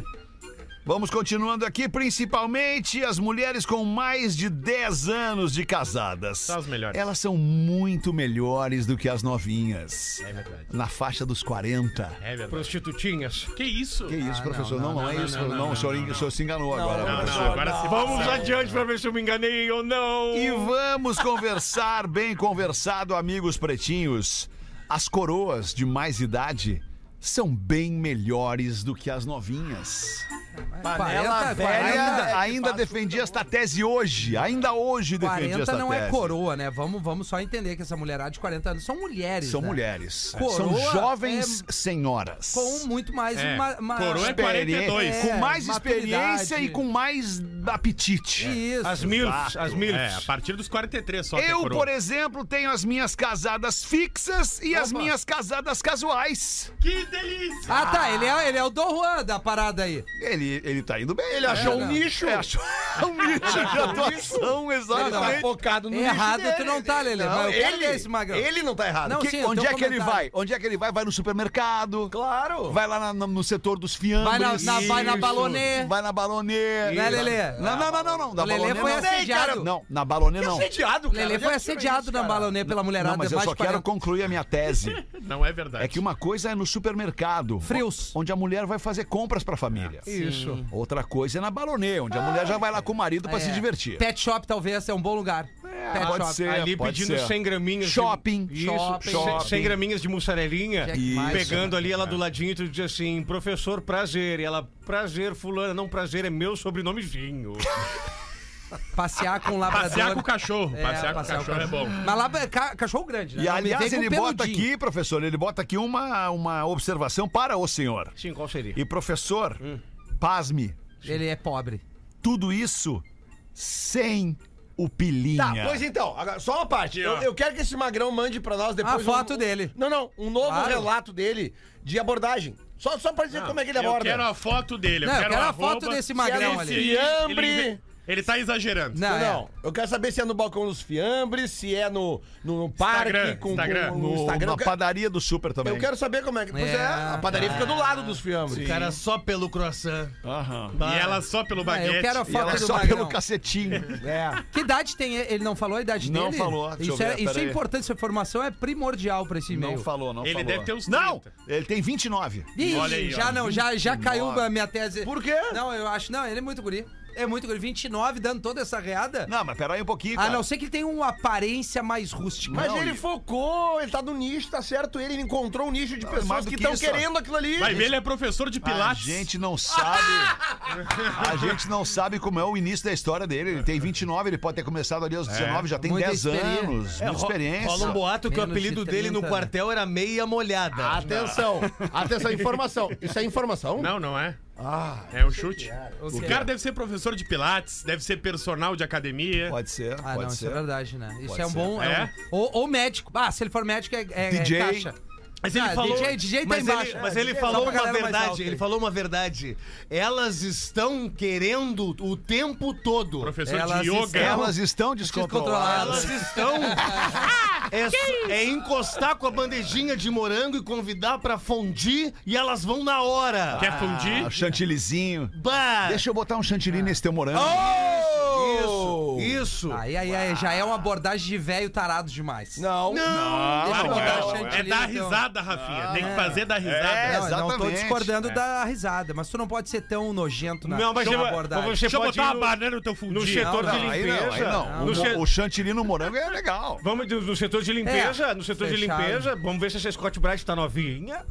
C: Vamos continuando aqui, principalmente as mulheres com mais de 10 anos de casadas.
G: São as melhores.
C: Elas são muito melhores do que as novinhas.
G: É verdade.
C: Na faixa dos 40.
G: É verdade.
H: Prostitutinhas.
G: Que isso?
C: Que isso, professor? Não, não, é isso. Não, o senhor, o senhor se enganou agora,
G: Não,
C: professor.
G: não, agora se
H: Vamos adiante pra ver se eu me enganei ou não.
C: E vamos conversar, bem conversado, amigos pretinhos. As coroas de mais idade são bem melhores do que as novinhas.
F: 40,
C: Ainda,
F: 40,
C: ainda defendi esta tese hoje. Ainda hoje defendi
F: 40
C: esta
F: não
C: tese.
F: é coroa, né? Vamos, vamos só entender que essa mulherada de 40 anos são mulheres.
C: São
F: né?
C: mulheres.
F: Coroa
C: são jovens senhoras.
F: Com muito mais
G: É.
F: uma. uma-
G: Coroa é
C: Experi-
G: 42.
C: com mais
F: É,
C: experiência
F: maturidade.
C: e com mais apetite.
F: Isso.
H: As milfs, as
G: É,
H: milfs.
G: a partir dos 43 só. que é
C: Eu,
G: coroa.
C: por exemplo, tenho as minhas casadas fixas e as minhas casadas casuais.
G: Que delícia!
F: Ah, tá. Ele é, ele é o Don Juan da parada aí.
C: Ele, ele tá indo bem. Ele
I: É
F: achou um
C: nicho. achou um (laughs) nicho de atuação,
F: Ele
C: exatamente.
F: tá
D: Focado
C: é
D: no
F: Errado
D: nicho
F: tu
D: dele.
F: não tá, Lelê. Vai, eu quero ver esse magrão.
D: ele não tá errado.
F: Não,
C: Que-
F: sim, eu
C: onde
F: tenho
C: é
F: um
C: que ele vai?
F: comentário.
C: Onde é que ele vai? Vai no supermercado.
D: Claro.
C: Vai lá na- no, no setor dos fiambres.
F: Vai na, na, vai na
H: Isso.
F: balonê.
C: Vai na balonê.
F: Né, Lelê?
C: Não, não, não, não. não. Da
F: O Lelê
C: balonê
F: foi
C: não.
F: é assediado.
C: assim, Cara, Não, na balonê não.
D: Assediado, cara.
F: Lelê
D: Eu já
F: foi
D: tive
F: assediado
D: isso,
F: na
D: cara.
F: balonê pela mulherada.
C: Não, mas eu
F: mais
C: só
F: de 40.
C: quero concluir a minha tese.
G: Não é verdade.
C: É que uma coisa é no supermercado.
F: Frios.
C: Onde a mulher vai fazer compras pra família.
H: Isso.
C: Outra coisa é na balonê, onde a mulher já vai lá com o marido pra
F: É.
C: se divertir.
F: Pet shop talvez é um bom lugar. Pet
C: pode ser. É,
H: Ali
C: pode
H: pedindo
C: ser.
H: 100 graminhas. de-
C: Shopping,
H: Isso,
F: shopping.
H: 100 100 graminhas de mussarelinha.
F: Jack Isso. Mice.
H: Pegando ali
F: é.
H: ela do ladinho, tu diz assim, professor, prazer. E ela, prazer, fulana. Não, prazer, é meu
F: (laughs)
H: sobrenomezinho.
F: Passear com o labrador.
G: Passear com o cachorro.
F: É,
G: passear com o
F: passear com
G: cachorro é bom.
F: Mas lá é ca- cachorro grande, né?
C: E
F: Não,
C: aliás,
F: vem com
C: ele
F: peludinho.
C: bota aqui, professor, ele bota aqui uma, uma observação para o senhor.
H: Sim, qual seria?
C: E professor, pasme,
F: Ele é pobre.
C: tudo isso sem o pilinha.
D: Tá, pois então, agora, só uma parte. Eu, eu quero que esse magrão mande pra nós depois. um
F: A Ah, foto dele.
D: Não, não, um novo
F: Claro.
D: relato dele de abordagem. Só, só pra dizer como é que ele
G: Eu
D: aborda.
G: quero a foto dele. Eu
F: Não, eu
G: quero,
F: quero a
G: arroba.
F: foto desse magrão ali.
G: Esse aí, ele-
D: Fiambre.
G: Ele tá exagerando.
F: Não, é.
D: Não, eu quero saber se é no balcão dos fiambres, se é no, no, no parque,
G: Instagram,
D: com,
G: Instagram.
D: com- no
C: No,
D: Instagram.
C: na
D: Eu, quero-
C: padaria do super também.
D: eu quero saber como é que. Pois é,
F: É.
D: a padaria fica do lado dos fiambres.
I: O cara só pelo croissant.
G: E ela só pelo
F: Ah,
G: baguete.
F: eu quero a
C: E ela
F: foto do
C: só
F: magrão.
C: pelo cacetinho.
D: É.
F: Que idade tem ele? Ele não falou a idade
C: Não
F: dele?
C: falou, deixa eu
F: Isso,
C: ver,
F: é, isso é
C: peraí.
F: importante, essa informação é primordial pra esse e-mail.
C: Não falou, não
G: Ele
C: falou.
G: deve ter um uns
C: Não,
G: 30.
C: ele tem 29.
F: Ih,
G: Olha aí, ó.
F: já não, já, já caiu a minha tese.
D: Por quê?
F: Não, eu acho, não, ele é muito guri. É muito guri. 29 dando toda essa reada.
C: Não, mas peraí um pouquinho,
F: A
C: cara.
F: Ah, não ser que ele tenha uma aparência mais rústica.
D: Mas
F: Não,
D: ele focou, ele tá no nicho, tá certo? Ele encontrou um nicho de
C: mais
D: pessoas
C: do
D: que
C: que
D: estão
C: isso,
D: querendo aquilo ali.
G: Vai ver, ele é professor de
C: A
G: pilates.
C: gente não sabe. A gente não sabe como é o início da história dele. Ele tem 29, ele pode ter começado ali aos 19, já tem
F: Muita
C: 10
F: experiência.
C: anos,
I: É,
C: muita
I: ro-
C: experiência.
I: Rola um boato que o
F: Menos de
I: apelido dele no
F: 30, né?
I: quartel era meia molhada.
F: Ah,
D: Atenção, atenção, informação. Isso é informação?
G: Não, não é. é um chute.
F: ou
G: O
F: seja-
G: cara deve ser professor de pilates, deve ser personal de academia.
C: Pode ser,
F: Ah,
C: pode
F: não, isso é
C: ser.
F: verdade, né? Isso
C: Pode
F: é um
C: ser.
F: bom. é
G: É?
F: um- ou, ou médico. Ah, se ele for médico é, é,
C: DJ.
F: é caixa.
G: Mas ele
F: Ah,
G: falou...
F: DJ, DJ tá
I: Mas
F: embaixo.
I: ele, mas
F: É,
I: ele
F: DJ, só
I: falou
F: pra
I: uma
F: galera mais alta
I: verdade,
F: aí.
I: ele falou uma verdade. Elas estão querendo o tempo todo.
G: Professor
F: Elas
G: de yoga.
F: estão-
C: Elas estão descontroladas.
F: Descontroladas.
I: Elas
F: (laughs)
I: estão. É, só- é encostar com a bandejinha de morango e convidar pra fundir e elas vão na hora.
G: Quer
C: Ah,
G: fundir?
C: o chantillyzinho.
I: Bah!
F: É. Oh!
C: Deixa eu botar um chantilly nesse teu morango.
I: Isso, isso, Isso.
F: Aí, aí, aí já é uma abordagem de velho tarado demais.
D: Não,
G: Não,
F: Deixa eu
G: não,
F: mandar a
G: não,
F: chantilly,
G: É dar
F: então.
G: risada, Rafinha. Tem que fazer dar risada.
C: É,
F: Não, eu não tô
C: exatamente. é.
F: discordando da risada, mas tu não pode ser tão nojento na
H: Não, mas
F: na
H: você-
F: abordagem.
H: mas você
G: Deixa eu
H: pode
G: botar
H: ir
G: uma
H: no-
G: banana no teu
H: No
G: fundinho.
H: setor
F: não,
H: de
C: Não, aí não, aí
H: limpeza.
C: não.
H: No
C: O,
H: che-
C: mo- o chantilly no morango é legal.
H: Vamos de- no setor de limpeza,
F: É,
H: no setor de
F: fechado.
H: limpeza, vamos ver se essa Scott Bright tá novinha.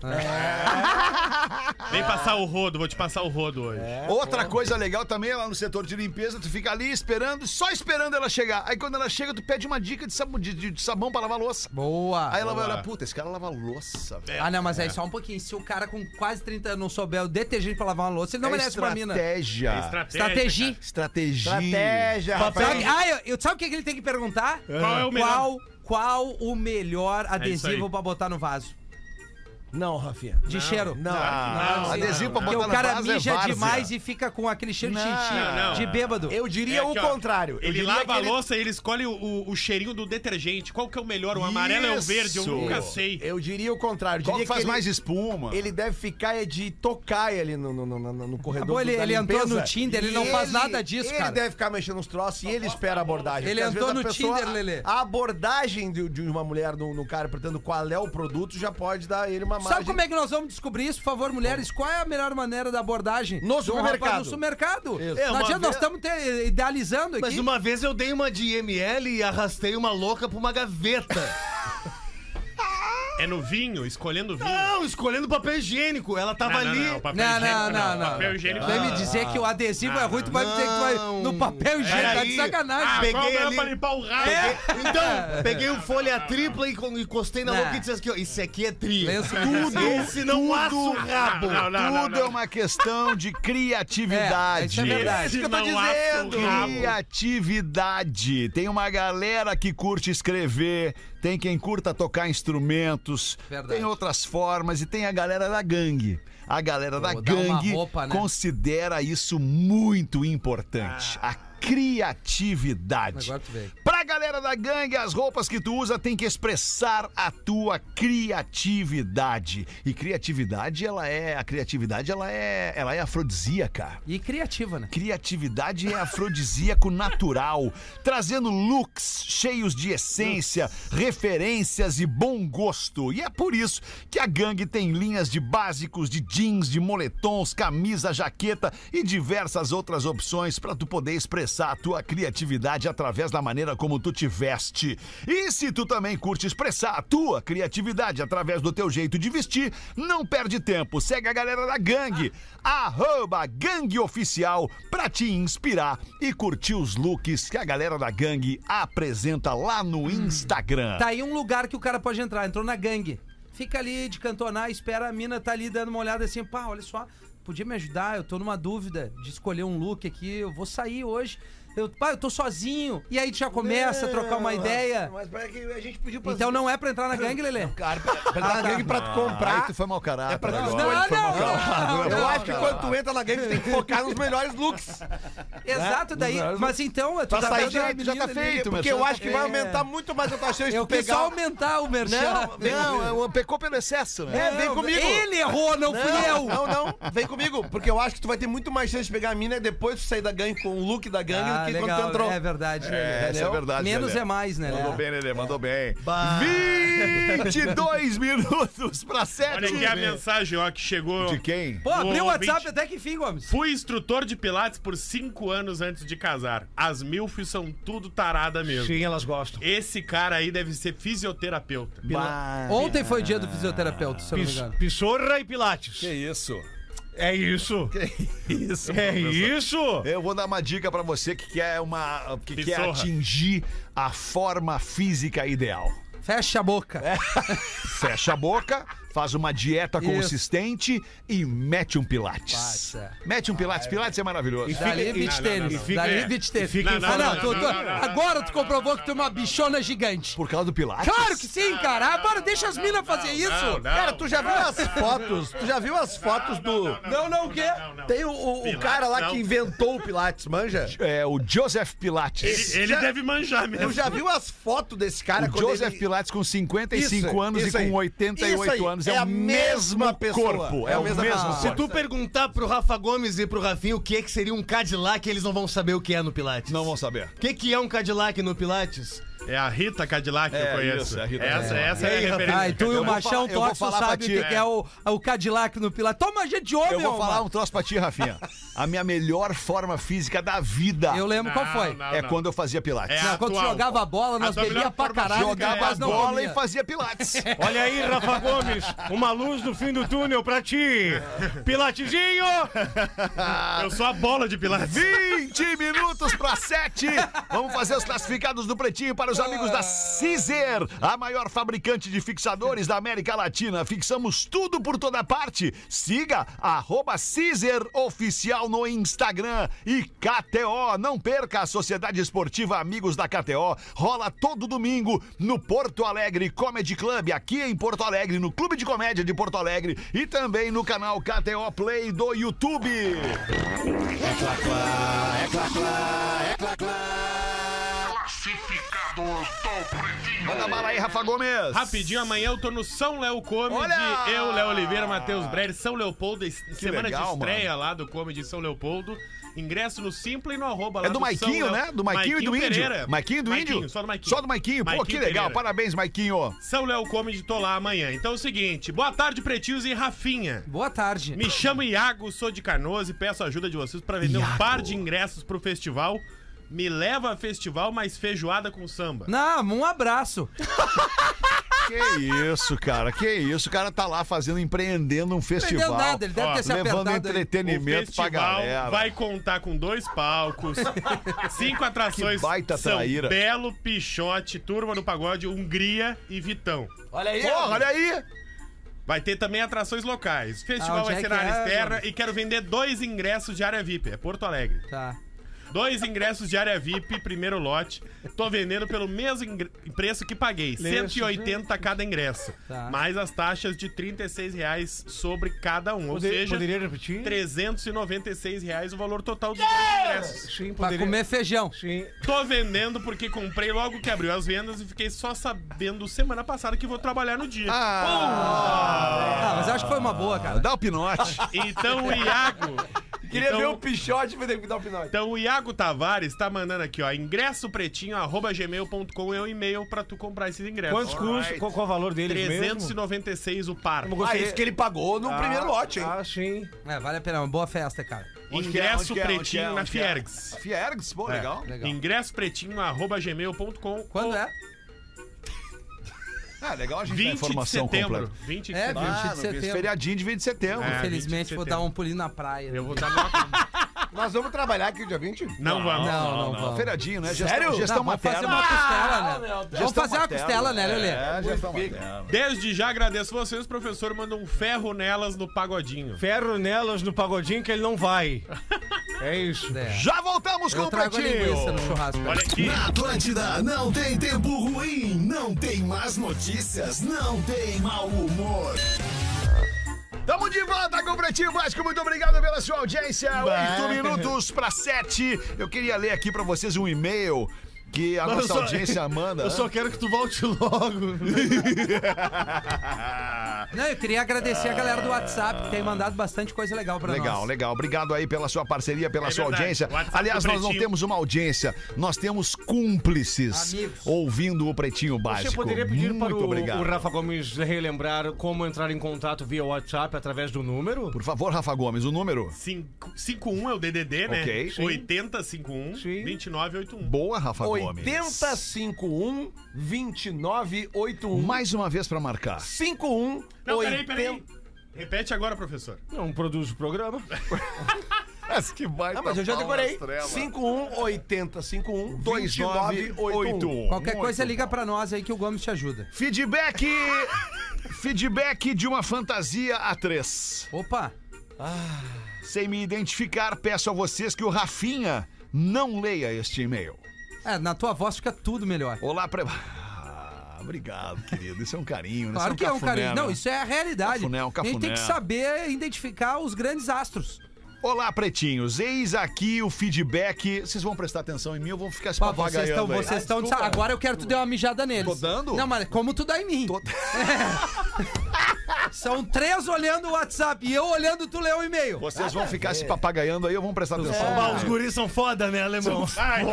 G: Vem passar o rodo, vou te passar o rodo hoje.
C: Outra coisa legal também é lá no setor de limpeza, tu fica ali esperando, só esperando ela chegar. Aí quando ela chega, tu pede uma dica de sabão, de, de- de sabão pra lavar louça.
F: Boa.
C: Aí ela vai olhar, puta, esse cara lava louça, velho.
F: Ah, não, mas aí só um pouquinho. Se o cara com quase 30 anos não souber o detergente pra lavar uma louça, ele não
C: É
F: merece uma mina.
C: Estratégia.
G: É
F: Estratégia.
C: Estratégia.
B: Estratégia,
F: Sabe,
B: rapaz.
F: ah, eu, eu- sabe o que que ele tem que perguntar?
G: Qual é o melhor? É
F: Qual, qual o melhor
G: isso
F: adesivo
G: aí.
F: pra botar no vaso?
D: não, Rafinha.
F: De cheiro.
D: Não.
G: não,
C: adesivo pra
F: Porque
C: botar
F: o
C: no
F: cara
C: vaso é
F: mija
C: várzea.
F: demais e fica com aquele cheiro de
C: Não,
G: não.
F: xixi, de bêbado.
D: Eu diria
G: É aqui,
D: o
G: ó.
D: contrário. Eu
G: Ele
D: diria
G: lava
D: que
G: a louça e ele escolhe o, o- o cheirinho do detergente. Qual que é o melhor? O
C: Isso.
G: amarelo é o verde, eu nunca sei.
D: Eu diria o contrário. Eu
C: Qual que
D: diria
C: faz
D: ele-
C: mais espuma?
D: Ele deve ficar é de tocaia ali no, no, no, no- no corredor.
F: Acabou,
D: do-
F: ele-
D: da
F: ele entrou
D: limpeza.
F: no Tinder, ele
D: E
F: não faz nada disso,
D: ele
F: cara.
D: deve ficar mexendo nos troços e ele espera a abordagem.
F: Ele
D: porque às
F: entrou
D: vezes a
F: no
D: pessoa-
F: Tinder, Lelê.
D: A abordagem de, de uma mulher no, no cara perguntando qual é o produto já pode dar ele uma margem.
F: Sabe como é que nós vamos descobrir isso, por favor, mulheres? Qual é a melhor maneira da abordagem?
D: No
F: Do
D: supermercado.
F: rapaz No supermercado.
D: Isso.
I: É,
F: Não
I: uma
F: adianta, nós
I: vez-
F: estamos te- eh, idealizando aqui.
I: Mas uma vez eu dei uma de IML e arrastei uma louca pra
H: (laughs)
I: uma gaveta.
G: É no vinho, escolhendo o vinho.
I: Não, escolhendo papel higiênico. Ela tava
G: não,
I: ali.
G: não, papel
F: Não,
G: higiênico
F: não, não, não.
G: Papel higiênico
F: Vem me dizer que o adesivo é ruim, tu vai me dizer que tu vai no papel higiênico, tá de
I: Peraí.
G: Ah,
F: sacanagem.
I: Peguei
G: qual é o melhor
I: ali-
G: pra limpar o rabo?
I: Então, peguei um folha tripla e co- encostei na
F: Não.
I: louca e disse assim: ó, isso aqui é tri.
F: Lenço
I: Tudo, esse não assa o rabo.
G: Não, não, não,
C: Tudo é
G: não.
C: uma questão de
F: É, isso
C: criatividade.
F: é verdade.
C: isso que eu tô
G: Não assa o
C: dizendo.
G: rabo.
C: Criatividade. Tem uma galera que curte escrever, tem quem curta tocar instrumentos,
F: Verdade.
C: tem outras formas e tem a galera da gangue. A galera da
F: Pô, dá uma
C: gangue
F: roupa, né?
C: considera isso muito importante. A criatividade.
F: Ah. Agora tu vê.
C: Pra galera da gangue, as roupas que tu usa tem que expressar a tua criatividade. E criatividade, ela é, a criatividade, ela é, ela é afrodisíaca.
F: E criativa, né?
C: Criatividade é afrodisíaco natural, trazendo looks cheios de essência, referências e bom gosto. E é por isso que a gangue tem linhas de básicos, de jeans, de moletons, camisa, jaqueta e diversas outras opções para tu poder expressar a tua criatividade através da maneira como tu te veste. E se tu também curte expressar a tua criatividade através do teu jeito de vestir, não perde tempo, segue a galera da gangue, arroba gangue oficial, pra te inspirar e curtir os looks que a galera da gangue apresenta lá no Instagram.
F: Hum. Tá aí um lugar que o cara pode entrar, entrou na gangue. Fica ali de cantonar, espera, a mina tá ali dando uma olhada assim, pá, olha só, podia me ajudar, eu tô numa dúvida de escolher um look aqui, eu vou sair hoje. Eu, pá, eu tô sozinho. E aí tu já começa a trocar uma ideia.
D: Mas tipo, parece que a gente pediu pra.
F: é? Então não é pra entrar na gangue, Lelê.
D: Cara, pra, pra dar gangue pra tu comprar.
C: tu foi mau caráter.
D: tu
C: agora.
D: escolher,
F: é Não,
D: foi mal
F: não,
D: calado.
F: não,
D: Eu
F: não,
I: Ah.
D: acho que quando tu entra na gangue, tu tem que focar nos melhores looks.
F: Exato, daí.
D: Não, não.
F: Mas então, tu
D: Pra
F: tá
D: sair
F: dando a
D: direito, já tá
F: menina ali.
C: feito,
D: Porque
C: meu,
D: eu
C: só-
D: acho que é- vai aumentar muito mais a tua chance
F: Eu
D: de
F: quis É só
D: pegar. o-
F: aumentar o merchan.
D: Não,
C: Não, é- pecou pelo excesso, né?
D: É, vem comigo.
F: Ele errou, não, fui eu.
D: Não, não, (laughs) vem comigo, porque eu acho que tu vai ter muito mais chance de pegar a mina depois de sair da gangue com o look da gangue
F: Ah,
D: do que quando
F: legal,
D: tu entrou.
F: É verdade.
C: É, essa é a verdade.
F: Menos
C: Lelé.
F: é mais, né?
C: Mandou
F: Lelé?
C: bem, Lelê, mandou bem. (laughs) 22 minutos pra 7.
G: Olha aqui a mensagem, ó, que chegou.
C: De quem?
F: Pô, abriu o
G: Ô, ouvinte.
F: WhatsApp até que fim, Gomes.
G: Fui instrutor de pilates por cinco anos antes de casar. As milfs são tudo tarada mesmo.
H: Sim, elas gostam.
G: Esse cara aí deve ser fisioterapeuta.
F: Ontem foi dia do fisioterapeuta, se eu não me
H: Pis,
F: engano.
H: pissorra e pilates.
C: Que isso?
H: É isso.
C: Isso,
H: É
C: professor.
H: isso.
C: Eu vou dar uma dica pra você que quer uma que quer
G: Pissorra.
C: atingir a forma física ideal.
F: Fecha a boca.
C: Fecha a boca, faz uma dieta
F: Isso.
C: consistente e mete um pilates.
F: Passa.
C: Mete um pilates, pilates é maravilhoso.
F: Dali beat
G: não, não, não,
F: tênis.
G: não.
F: Dali
G: Fica-
F: beat tênis.
G: fica
F: Ah, não,
G: informado.
F: tu- tu-
G: Não, não, não, não,
F: Agora tu
G: não, não,
F: comprou
G: não,
F: que tu é uma bichona gigante.
C: Por causa do pilates?
F: Claro que sim, cara. Ah, para, deixa as minas fazer
G: não,
F: isso.
G: não, não.
D: Cara, tu já viu (laughs) as fotos? Tu já viu as fotos do.
F: Não, não, o quê?
G: não, não.
D: Tem o, o- o
G: Pilates,
D: cara lá
G: não.
D: que inventou o Pilates,
H: (laughs)
D: manja?
C: É o Joseph Pilates.
G: Ele, ele
D: Já-
G: deve manjar mesmo.
D: Tu já viu as fotos desse cara
C: O Joseph Pilates com 55
D: Isso,
C: anos
D: isso
C: e
D: aí.
C: com
D: Isso aí.
C: 88 anos Gomes é, o mesmo corpo. É, o mesmo
I: Se
C: corpo.
I: tu perguntar pro Rafa Gomes e pro Rafinha o que, é que seria um Cadillac, eles não vão saber o que é no Pilates.
C: Não vão saber.
I: O que, que é um Cadillac no Pilates?
G: É a Rita Cadillac que
C: É,
G: eu conheço.
C: isso, é a Rita
G: essa,
C: Cadillac.
I: E
G: essa é a
I: aí,
G: referência.
F: Ah, e tu e o
C: vou fa-
F: Machão
C: eu vou
F: Tóxico
C: falar pra
F: sabe o
C: ti,
F: que, que é o, o Cadillac no Pilar. Toma gente de homem,
C: Eu vou
F: ô,
C: falar
F: mano.
C: um troço pra ti, Rafinha. A minha melhor forma física da vida
F: Eu lembro qual
G: Não,
F: foi.
G: não,
C: é
G: não.
C: quando eu fazia pilates.
G: É
F: Não, quando
G: atual.
F: jogava a bola, nós
G: tua
F: bebia
G: melhor
F: pra
G: forma
F: caralho.
G: física
F: cara,
G: é
F: mas
C: Jogava
F: não
C: bola
F: comia.
C: e fazia (laughs) pilates.
H: Olha aí, Rafa Gomes, uma luz no fim do túnel pra ti. Pilatezinho!
G: Eu sou a bola de Pilates.
C: 20 minutos para 7. Vamos fazer os classificados do Pretinho para os amigos da Cizer, a maior fabricante de fixadores da América Latina. Fixamos tudo por toda parte. Siga arroba Cizer Oficial no Instagram. E KTO, não perca a Sociedade Esportiva Amigos da KTO. Rola todo domingo no Porto Alegre Comedy Club, aqui em Porto Alegre, no Clube de Comédia de Porto Alegre e também no canal KTO Play do YouTube. Manda bala aí, Rafa Gomes.
G: Rapidinho, amanhã eu tô no São Léo Comedy.
C: Olha!
G: Eu, Léo Oliveira, Matheus Breyer, São Leopoldo, es- semana
C: legal,
G: de estreia lá do Comedy São Leopoldo. Ingresso no Simpla e no arroba lá
C: É do
G: São
C: Maiquinho,
G: Léo-
C: né? Do Maiquinho, e do Índio.
G: Pereira.
C: Maiquinho e do Índio?
G: Só do Maiquinho.
C: Só do Maiquinho. Pô, que legal.
G: Pereira.
C: Parabéns, Maiquinho.
G: São Léo Comedy, tô lá amanhã. Então é o seguinte, boa tarde, pretinhos e Rafinha.
F: Boa tarde.
G: Me chamo Iago, sou de Canoas e peço a ajuda de vocês pra vender um par de ingressos pro festival. Me leva a festival, mas feijoada com samba.
F: Não, um abraço.
C: Que isso, cara. Que isso. O cara tá lá fazendo, empreendendo um
F: Não
C: festival.
F: entendeu nada, ele deve
G: Ó,
F: ter se
C: Levando
F: apertado. aí.
C: entretenimento pra galera.
G: vai contar com dois
C: (laughs)
G: palcos, cinco atrações.
C: Que baita
G: São
C: traíra.
G: Belo, Pichote, Turma do Pagode, Hungria e Vitão.
D: Olha aí.
C: Porra, olha aí.
G: Vai ter também atrações locais. Festival
F: Ah, onde
G: vai
F: é
G: ser
F: que
G: na área
F: é,
G: externa
F: Jonas?
G: e quero vender dois ingressos de área VIP. É Porto Alegre.
F: Tá.
G: Dois ingressos de área VIP, primeiro lote. Tô vendendo pelo mesmo ingre- preço que paguei, 180 cada ingresso.
F: Tá.
G: Mais as taxas de R$ 36 reais sobre cada um. Ou seja,
H: Poderia repetir?
G: 396 reais o valor total dos dois ingressos.
H: Sim,
F: Pra
H: poderia.
F: comer feijão.
H: Sim.
G: Tô vendendo porque comprei logo que abriu as vendas e fiquei só sabendo semana passada que vou trabalhar no dia.
F: Ah, mas eu acho que foi uma boa, cara.
C: Dá o (laughs) pinote.
G: Então o Iago.
D: Queria
G: então,
D: ver o Pichote, mas tem que dar o pinote.
G: Então o Iago Tavares tá mandando aqui, ó, ingressopretinho@gmail.com é o e-mail pra tu comprar esses ingressos.
H: Quantos custos? Qual, qual o valor deles mesmo?
G: 396 o par.
H: Eu gostaria-
D: Ah, que ele pagou no primeiro lote, hein?
H: Ah, sim.
F: É, vale a pena, uma boa festa, cara.
C: Onde que é? Onde que é?
G: Ingresso
C: Onde que é?
G: pretinho na
C: Onde que é?
G: Fiergs. É.
C: Fiergs, pô, legal.
F: Legal.
G: Ingresso pretinho arroba gmail.com.
F: Quando é?
C: Ah, legal a gente dar
G: 20 de
C: informação
G: setembro.
C: completa.
G: 20 de
F: É,
G: setembro.
F: 20
C: Ah,
F: de
C: não, esse
F: setembro.
C: feriadinho de 20 de setembro.
G: É.
F: Infelizmente,
G: 20 de
F: vou dar
G: setembro.
F: um pulinho na praia.
G: Eu vou dar numa...
D: (laughs) Nós vamos trabalhar aqui dia 20?
G: Não vamos.
F: Não, não, vamos.
C: Feriadinho, né? Gestão,
D: Sério?
C: Gestão
F: Não, vamos fazer
C: materna.
F: uma costela, né? vamos
C: Gestão
F: fazer uma
C: materna.
F: costela, né, Lelê?
C: É, gestão materna.
G: Desde já agradeço vocês, professor, manda um ferro nelas no pagodinho.
H: Ferro nelas no pagodinho que ele não vai.
D: (laughs)
H: É isso.
D: Tá
F: É.
C: Já voltamos com
F: Eu
C: o
F: trago a linguiça no churrasco.
G: Olha aqui.
A: Na Atlântida não tem tempo ruim, não tem más notícias, não tem mau humor.
C: Tamo de volta com o Pretinho Básico. Muito obrigado pela sua audiência. Oito minutos para sete. Eu queria ler aqui para vocês um e-mail que a nossa
I: só-
C: audiência manda.
I: Eu
C: (laughs)
I: só quero que tu volte logo.
F: Não, eu queria agradecer a galera do WhatsApp que tem mandado bastante coisa legal pra
C: Legal,
F: nós.
C: legal. Obrigado aí pela sua parceria, pela
G: É
C: sua
G: verdade.
C: audiência.
G: WhatsApp
C: Aliás,
G: do
C: nós não
G: Pretinho.
C: temos uma audiência, nós temos cúmplices
F: Amigos.
C: ouvindo o Pretinho Básico.
H: Você poderia pedir
C: Muito
H: para o,
C: obrigado.
H: o Rafa Gomes relembrar como entrar em contato via WhatsApp através do número?
C: Por favor, Rafa Gomes, o número?
G: 51 é o DDD, né?
C: Ok. Sim.
G: 8051
H: Sim.
G: 2981.
C: Boa, Rafa Gomes.
D: 8051 2981.
C: Mais uma vez para marcar.
D: 51
G: Não, peraí, peraí. Repete agora, professor.
H: Não produz o programa.
C: que baita
D: Ah, mas eu já
H: Tá
C: pau nas
D: decorei.
C: trevas.
D: 51 80 51 2981.
C: 2981.
F: Qualquer coisa,
C: Muito
F: liga
C: bom.
F: pra nós aí que o Gomes te ajuda.
C: Feedback. Feedback de uma fantasia a três.
F: Opa!
C: Sem me identificar, peço a vocês que o Rafinha não leia este e-mail.
F: É, na tua voz fica tudo melhor.
C: Olá, pre... Ah, obrigado, querido. Isso é um carinho, né?
F: Claro que é um
C: cafuné,
F: carinho.
C: né?
F: Não, isso é a realidade.
C: Cafuné, um
F: A gente tem
C: cafuné.
F: que saber identificar os grandes astros.
C: Olá, pretinhos. Eis aqui o feedback. Vocês vão prestar atenção em mim ou vão ficar se
F: Pá, vocês
C: papagaiando
F: estão.
C: Tá aí? Ah,
F: Vocês estão.
D: desculpa.
F: Agora eu quero que tu dê uma mijada neles. (laughs)
C: Tô dando?
F: Não, mas como tu dá em mim?
C: Tô-
F: É. São três olhando o WhatsApp e eu olhando tu lê o e-mail.
C: Vocês
G: Ah,
C: vão ficar
G: é.
C: se papagaiando aí ou vão prestar atenção?
I: Bah, Ah, os guris são foda, né, alemão?
G: Ai, (laughs) o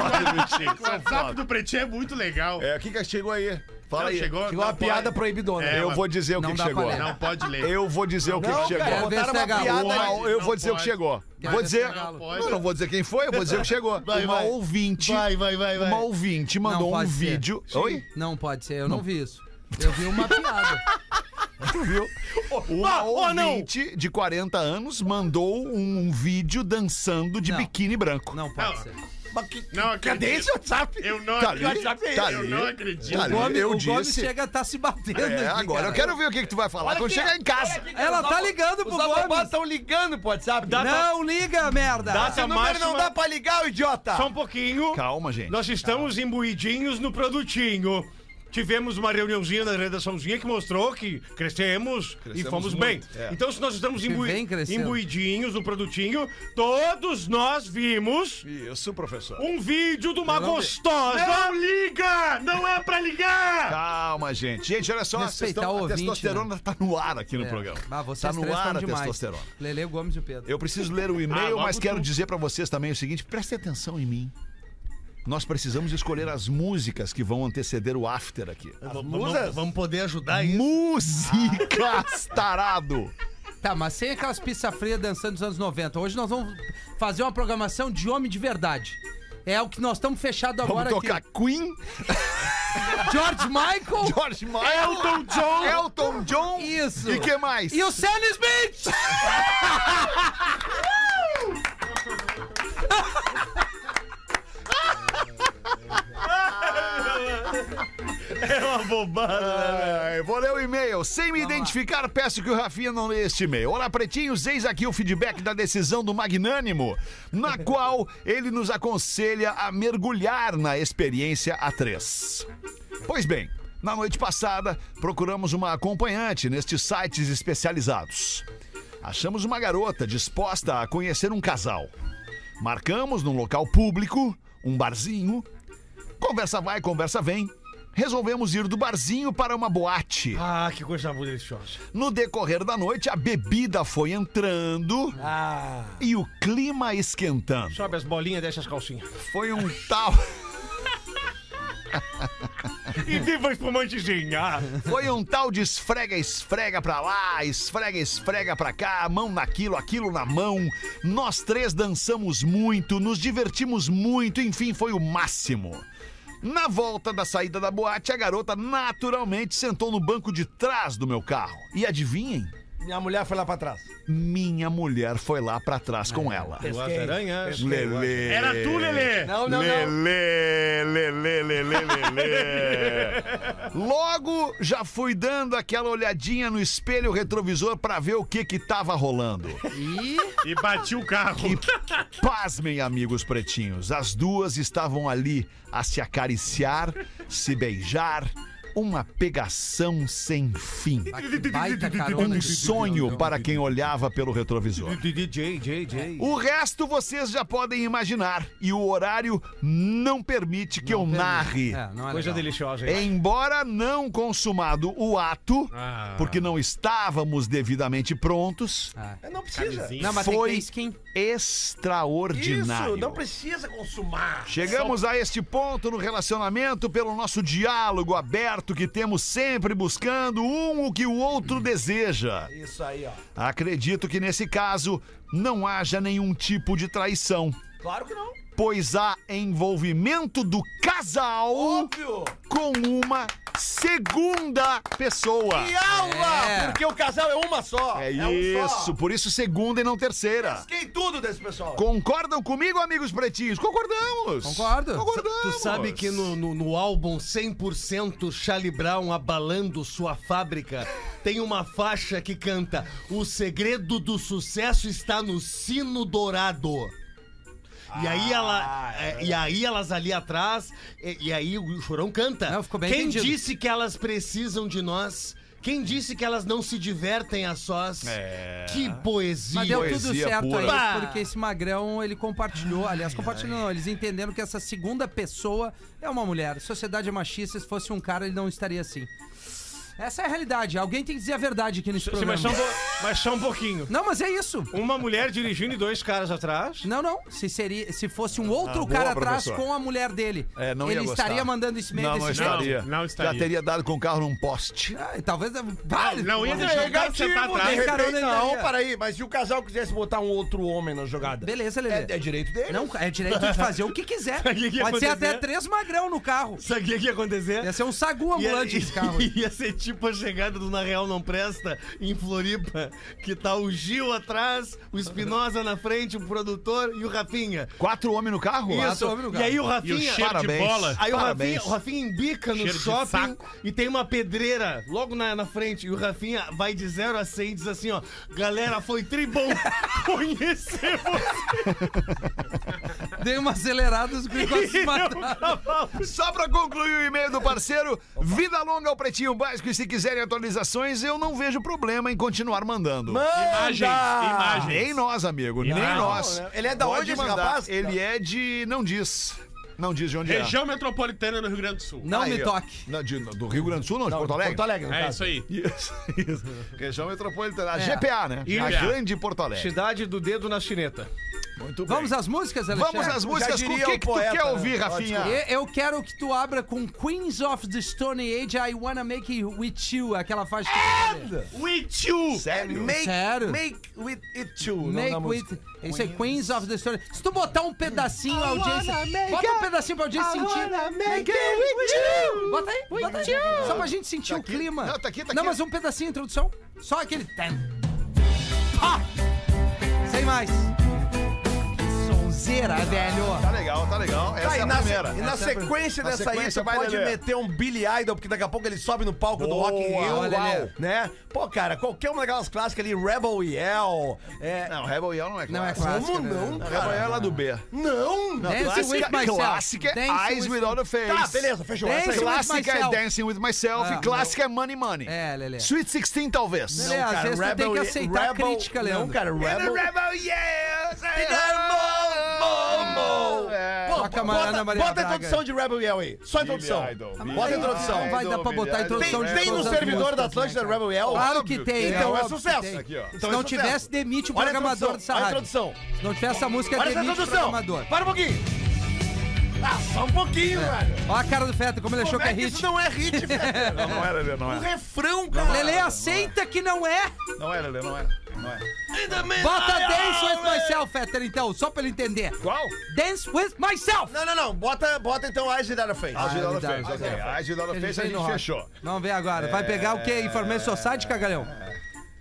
G: WhatsApp do Pretinho é muito legal.
C: É, o que que chegou aí? Fala
G: Não,
C: aí.
G: chegou,
F: Chegou
G: não
F: uma piada proibidona.
G: É,
C: Eu
G: uma-
C: vou dizer o que
F: Não
C: que
F: dá
C: chegou.
F: pra ler.
G: Não pode ler.
C: Eu vou dizer o que que
D: Não,
C: chegou.
D: cara,
F: Quero ver
D: botaram
F: se é
D: uma
F: galo.
D: piada
G: Não
D: aí.
C: Não, eu
G: Não
C: vou dizer o que
G: pode.
C: chegou.
F: Quero
C: Vou
F: ver
C: dizer.
F: se é galo.
C: Não, não vou dizer quem foi, eu vou dizer o que chegou.
I: Vai,
C: Uma
I: vai.
C: ouvinte.
I: Vai, vai, vai, vai.
C: Uma ouvinte mandou um
F: pode ser.
C: vídeo. Oi?
F: Não pode ser, eu não vi isso. Eu vi uma piada.
C: Tu viu? Uma ouvinte de 40 anos mandou um, vídeo dançando de
F: Não.
C: biquíni branco.
F: Não pode ser.
G: Não acredito.
D: Cadê esse WhatsApp?
G: Eu não
C: Tá ali,
G: acredito.
C: tá
G: eu
C: ali,
G: não acredito.
C: tá ali.
F: O Gomes,
C: eu
F: o Gomes
C: disse.
F: chega a tá se batendo.
C: É,
F: aqui,
C: agora eu
F: cara.
C: quero ver o que, que tu vai falar quando chegar em casa.
F: Ela tá ligando pro
E: Os abobados
F: Gomes.
E: estão ligando pro WhatsApp.
F: Não liga, merda.
H: Data
D: Esse número não dá
H: máxima.
D: pra ligar, o idiota!
H: Só um pouquinho.
C: Calma, gente.
H: Nós estamos imbuidinhos no produtinho. Tivemos uma reuniãozinha na redaçãozinha que mostrou que crescemos, e fomos bem.
I: é.
H: Então, se nós estamos imbui
F: vem crescendo.
H: imbuidinhos no produtinho, todos nós vimos
C: Isso, professor.
H: um vídeo de uma
F: não vi.
H: gostosa.
G: Não liga! Não é pra ligar!
C: Calma, gente. Gente, olha só, vocês
F: Respeitar
C: estão-
F: o
C: a
F: ouvinte,
C: testosterona tá no ar aqui no
F: É.
C: programa.
F: Ah, vocês
C: tá no
F: três
C: ar
F: estão
C: a
F: demais.
C: testosterona.
F: Lele, o Gomes e o Pedro.
C: Eu preciso ler o
G: Ah,
C: e-mail,
G: logo
C: mas quero
G: tu.
C: dizer pra vocês também o seguinte: prestem atenção em mim. Nós precisamos escolher as músicas que vão anteceder o after aqui.
I: Vamos, vamos poder ajudar aí.
C: Músicas, (laughs)
F: Ah.
C: tarado!
F: Tá, mas sem aquelas pizza frias dançando dos anos 90. Hoje nós vamos fazer uma programação de homem de verdade. É o que nós estamos fechado
C: Vamos
F: agora
C: tocar
F: aqui.
C: Queen,
F: George Michael.
C: (laughs) George Michael, Elton John, Elton John.
F: Isso.
C: E que mais?
F: E o Sam Smith!
C: Ah, eu vou ler o e-mail. Sem me identificar, peço que o Rafinha não leia este e-mail. Olá, pretinhos, eis aqui o feedback da decisão do Magnânimo, na qual ele nos aconselha a mergulhar na experiência A3. Pois bem, na noite passada, procuramos uma acompanhante nestes sites especializados. Achamos uma garota disposta a conhecer um casal. Marcamos num local público, um barzinho. Conversa vai, conversa vem. Resolvemos ir do barzinho para uma boate.
H: Ah, que coisa deliciosa.
C: No decorrer da noite, a bebida foi entrando e o clima esquentando.
H: Sobe as bolinhas, deixa as calcinhas.
C: Foi um tal,
H: E viva a espumantezinha.
C: foi um tal de esfrega, esfrega pra lá, esfrega, esfrega pra cá, mão naquilo, aquilo na mão. Nós três dançamos muito, nos divertimos muito, enfim, foi o máximo. Na volta da saída da boate, a garota naturalmente sentou no banco de trás do meu carro. E adivinhem?
D: Minha mulher foi lá pra trás. É.
C: Minha mulher foi lá pra trás com ela.
D: Pesquei.
H: aranha.
D: É.
C: Lelê.
G: Era tu, Lelê!
D: Não, não, não.
C: Lelê, lelê, lelê, lelê. Logo já fui dando aquela olhadinha no espelho retrovisor pra ver o que que tava rolando.
F: E
G: E bati o carro.
C: Pasmem, amigos pretinhos, as duas estavam ali a se acariciar, se beijar, uma pegação sem fim.
F: baita carona.
C: Um
F: que-
C: sonho para quem olhava pelo retrovisor.
H: DJ, DJ.
C: O resto vocês já podem imaginar e o horário não permite que eu narre.
F: É, não é
H: Coisa
F: legal.
H: deliciosa. hein?
C: Embora não consumado o ato,
G: Ah.
C: porque não estávamos devidamente prontos,
F: Ah.
D: É, Não precisa.
G: Camisinha.
F: Não, mas
C: Foi-
F: tem que ter skin.
C: extraordinário.
D: Isso, não precisa consumar.
C: Chegamos a este ponto no relacionamento pelo nosso diálogo aberto que temos sempre buscando um o que o outro deseja.
D: Isso aí, ó.
C: Acredito que nesse caso não haja nenhum tipo de traição,
D: Claro que não.
C: pois há envolvimento do casal
D: Óbvio.
C: com uma segunda pessoa.
D: E aula!
F: É.
D: Porque o casal é uma só.
C: É
D: um
C: isso,
D: só.
C: por isso segunda e não terceira.
D: Pesquei tudo desse pessoal.
C: Concordam comigo, amigos pretinhos? Concordamos!
F: Concordo.
C: Concordamos!
I: Tu sabe que no, no, no álbum 100% Charlie Brown abalando sua fábrica tem uma faixa que canta O segredo do sucesso está no sino dourado. E aí, ela, é, e aí elas ali atrás, e, e aí o Chorão canta.
F: Não, ficou bem
I: Quem
F: entendido.
I: disse que elas precisam de nós? Quem disse que elas não se divertem a sós? Que poesia.
F: Mas deu tudo
C: Poesia
F: certo
C: pura.
I: Bah!
F: aí, porque esse magrão, ele compartilhou, aliás, compartilhou não, eles entenderam que essa segunda pessoa é uma mulher. Sociedade é machista, se fosse um cara, ele não estaria assim. Essa é a realidade. Alguém tem que dizer a verdade aqui nesse
H: Sim,
F: programa.
H: mas, só um po- mas só um pouquinho.
F: Não, mas é isso.
H: Uma mulher dirigindo e dois caras atrás.
F: Não, não. Se, seria, se fosse um outro cara atrás
C: Ah, professor.
F: com a mulher dele,
C: É, não ia
F: ele
C: gostar.
F: estaria mandando esse meio
C: Não, não
F: desse
C: estaria.
G: não estaria.
C: Já teria dado com o carro num poste.
F: Ah, e talvez. Ah,
G: Não ia deixar o cara
D: Negativo,
G: sentar
D: de
G: atrás.
F: Carona,
D: repente,
F: ele
D: não,
F: daria.
D: peraí, mas se o casal quisesse botar um outro homem na jogada?
F: Beleza, Lelê.
D: É, é direito dele.
F: Não, é direito de fazer o que quiser.
I: Sabe o que que ia
F: Pode ser
I: acontecer?
F: até três magrão no carro.
I: Sabia que ia acontecer?
F: Ia ser um sagu
I: Ia, (laughs)
F: ambulante esse carro.
I: é- ia ser tipo a chegada do Na Real Não Presta em Floripa, que tá o Gil atrás, o Espinosa na frente, o produtor e o Rafinha.
C: Quatro homens no carro? Ah,
I: Isso.
F: homens no
I: E aí o
G: E o
I: Rafinha.
G: cheiro
C: Parabéns.
G: de bola.
I: Aí o
C: Parabéns.
I: Rafinha, o Rafinha embica no
G: Cheiro de
I: shopping
G: saco.
I: e tem uma pedreira logo na, na frente. E o Rafinha vai de 0 a 100 e diz assim, ó. Galera, foi tribom (laughs) conhecer
F: Dei uma acelerada, os gringos quase se mataram.
C: Só pra concluir o e-mail do parceiro, vida longa ao Pretinho Básico e se quiserem atualizações, eu não vejo problema em continuar mandando.
G: Imagens, imagens.
C: Nem nós, amigo, nem
G: Imagens.
C: nós.
D: Não, né? Ele é da onde esse rapaz?
C: Ele é de... não diz. Não diz de onde é.
G: Região metropolitana do Rio Grande do Sul.
F: Não
C: Aí,
F: me
C: ó.
F: toque.
C: Não, de- do Rio Grande do Sul, não, de Porto Alegre?
D: Porto Alegre, no
G: É
D: caso.
G: isso aí.
C: Isso, isso. (laughs) Região metropolitana. A GPA, né?
H: E-
C: a
G: GPA.
C: Grande Porto Alegre.
H: Cidade do dedo na chineta.
C: Muito bem.
F: Vamos às músicas, Alexandre?
C: Vamos às músicas. Com o
D: diria
C: que,
D: o
C: que
D: poeta,
C: tu quer
D: né?
C: ouvir,
D: Ó,
C: Rafinha?
F: E- Eu quero que tu abra com Queens of the Stone Age, I Wanna Make It With You, aquela faixa que
G: With you!
C: Sério?
D: Make,
F: Sério?
D: make with it too. o nome
F: Make
D: da
F: with.
D: música.
F: Isso é Queens of the Stone Se tu botar um pedacinho, a audiência. Bota um pedacinho pra audiência sentir.
D: Make it with you.
F: Bota aí, bota aí. Só pra gente sentir
C: Tá
F: o
C: aqui?
F: clima.
C: Não, tá aqui, tá
F: Não,
C: aqui.
F: mas um pedacinho, introdução. Só aquele. Tem. Sem mais. Que sonzeira, velho.
C: Tá legal, tá legal. Essa
D: Tá,
C: é
D: e
C: a
D: na,
C: primeira.
D: e na
F: Essa é a prim-
D: sequência
C: na
D: dessa aí,
C: sequência
D: você
C: vai,
D: pode
C: Lelê.
D: meter um Billy Idol, porque daqui a pouco ele sobe no palco do Rock in Rio.
F: Boa, Lelê.
D: Né? Pô, cara, qualquer uma daquelas clássicas ali, Rebel Yell. É,
C: Não, Rebel Yell não é
F: Não é
C: clássica.
F: clássica,
D: como
F: né?
D: não,
C: Não, Rebel Yell é lá do B.
D: Não!
F: Dance
C: clássica,
F: with myself.
C: clássica é
F: Dance
C: Eyes
F: with-
C: Without a Face.
D: Tá, beleza, fechou.
F: Dance
D: Essa aí.
F: with
C: Clássica é
F: myself.
C: Dancing with Myself
F: Ah,
C: e clássica é Money Money.
F: É, Lelê.
C: Sweet 16, talvez.
F: Lelê, às vezes tu tem que
D: Ye-
F: aceitar a crítica, Leandro.
D: Não, cara,
C: Rebel,
D: Rebel...
C: Rebel Yell. É.
D: Pô,
F: Toca a
D: bota,
F: Mariana Maria
D: bota a
F: Braga.
D: introdução de Rebel Yell aí. Só a introdução.
C: Billy Idol,
D: Bota a
C: Billy
D: introdução.
F: Não vai dar pra
C: Billy
F: botar a
C: Idol,
F: introdução
D: Tem,
F: de
D: tem no
F: todas as
D: servidor
F: músicas,
D: da
F: né,
D: Atlântida
F: cara?
D: Rebel Yell?
F: Claro
C: Óbvio
F: que tem.
C: que
F: né?
C: tem.
D: Então é
F: Óbvio que
D: sucesso.
F: tem.
C: Aqui, ó.
F: Se
I: é
F: não tivesse, demite o
D: Olha a
F: programador dessa
D: introdução, olha a
F: rádio.
D: introdução.
F: Se não tivesse essa música,
D: Olha essa
F: demite o
D: introdução.
F: programador.
D: Para um pouquinho. Ah, só um pouquinho, velho.
F: Olha a cara do Fetter, como ele achou
D: Como
F: que é
D: é que
F: hit.
D: isso não é hit, velho?
C: Não, não era, Lelê, não
D: Um
C: era.
D: refrão, cara.
F: Lele, aceita que não é.
C: Não era, Lelê, não era. Não era.
F: Bota Dance With Myself, Fetter, então, só pra ele entender.
C: Qual?
F: Dance With Myself.
D: Não, não, não. Bota, bota então Eyes Without a Face.
C: A Gilada
F: verdade.
C: fez, ok. A Gilada fez, a
F: veio no
C: gente
F: rock.
C: fechou.
F: Vamos ver agora. Vai pegar o
D: É.
F: quê? Information Society, cagalhão?